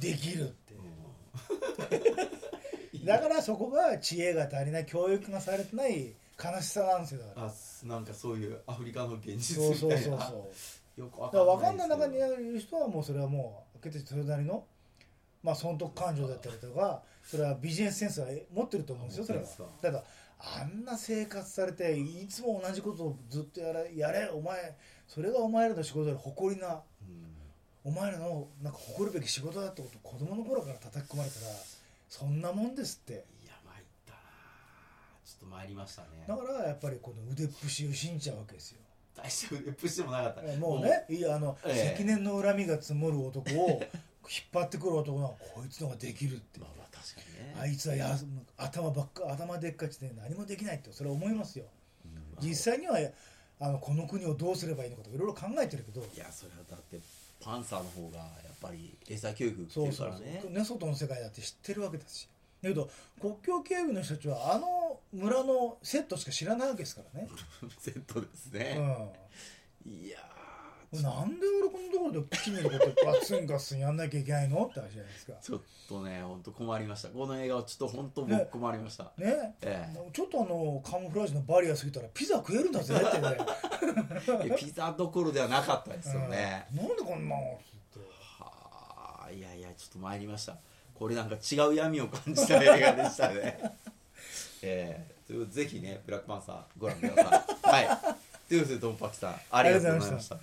[SPEAKER 2] できるって
[SPEAKER 1] うん
[SPEAKER 2] だからそこが知恵が足りない教育がされてない悲しさな んですよだか ら
[SPEAKER 1] あすなんかそういうアフリカの現実
[SPEAKER 2] そう
[SPEAKER 1] み
[SPEAKER 2] そう
[SPEAKER 1] たい
[SPEAKER 2] そう
[SPEAKER 1] な
[SPEAKER 2] そう
[SPEAKER 1] よくわ
[SPEAKER 2] だから分かんない
[SPEAKER 1] ですけ
[SPEAKER 2] 中
[SPEAKER 1] ど
[SPEAKER 2] にいる人はもうそれはもう開けてそれなりのまあ損得感情だったりとかそれはビジネスセンスは持ってると思うんですよそれは
[SPEAKER 1] 持ってるんです
[SPEAKER 2] ただあんな生活されていつも同じことをずっとやれやれお前それがお前らの仕事より誇りな
[SPEAKER 1] うん
[SPEAKER 2] お前らのなんか誇るべき仕事だってことを子供の頃から叩き込まれたらそんなもんですって
[SPEAKER 1] いや参ったなーちょっと参りましたね
[SPEAKER 2] だからやっぱりこの腕っぷしを信じちゃうわけですよ
[SPEAKER 1] 大した腕っぷしでもなかった
[SPEAKER 2] もうねいやあの、
[SPEAKER 1] ええ
[SPEAKER 2] 積年の恨みが積もる男を引っ張ってくる男がこいつの方ができるって、
[SPEAKER 1] まあまあ確かにね
[SPEAKER 2] あいつはや頭ばっか頭でっかちで何もできないってそれは思いますよ
[SPEAKER 1] うん
[SPEAKER 2] 実際にはあのこの国をどうすればいいのかとかいろいろ考えてるけど
[SPEAKER 1] いやそれはだってパンサーの方がやっぱり英才教育受
[SPEAKER 2] そ
[SPEAKER 1] け
[SPEAKER 2] う
[SPEAKER 1] るか
[SPEAKER 2] そう
[SPEAKER 1] ら
[SPEAKER 2] そう、
[SPEAKER 1] ね
[SPEAKER 2] ね、外の世界だって知ってるわけだしだけど国境警備の人たちはあの村のセットしか知らないわけですからね、
[SPEAKER 1] セットです
[SPEAKER 2] う
[SPEAKER 1] ね、
[SPEAKER 2] ん
[SPEAKER 1] いや
[SPEAKER 2] なんで俺このところで金のことガツンガツンやんなきゃいけないのって話じゃないですか
[SPEAKER 1] ーちょっとね本当困りましたこの映画はちょっと本当僕困りました、
[SPEAKER 2] ね
[SPEAKER 1] え
[SPEAKER 2] ちょっとあのカモフラージュのバリア過ぎたらピザ食えるんだぜってね
[SPEAKER 1] えいやピザどころではなかったですよね、
[SPEAKER 2] うんなんでこんなの
[SPEAKER 1] はあいやいやちょっと参りましたこれなんか違う闇を感じた映画でしたね ええということでぜひねブラックパンサーご覧くださいはいということでドンパキさんありがとうございました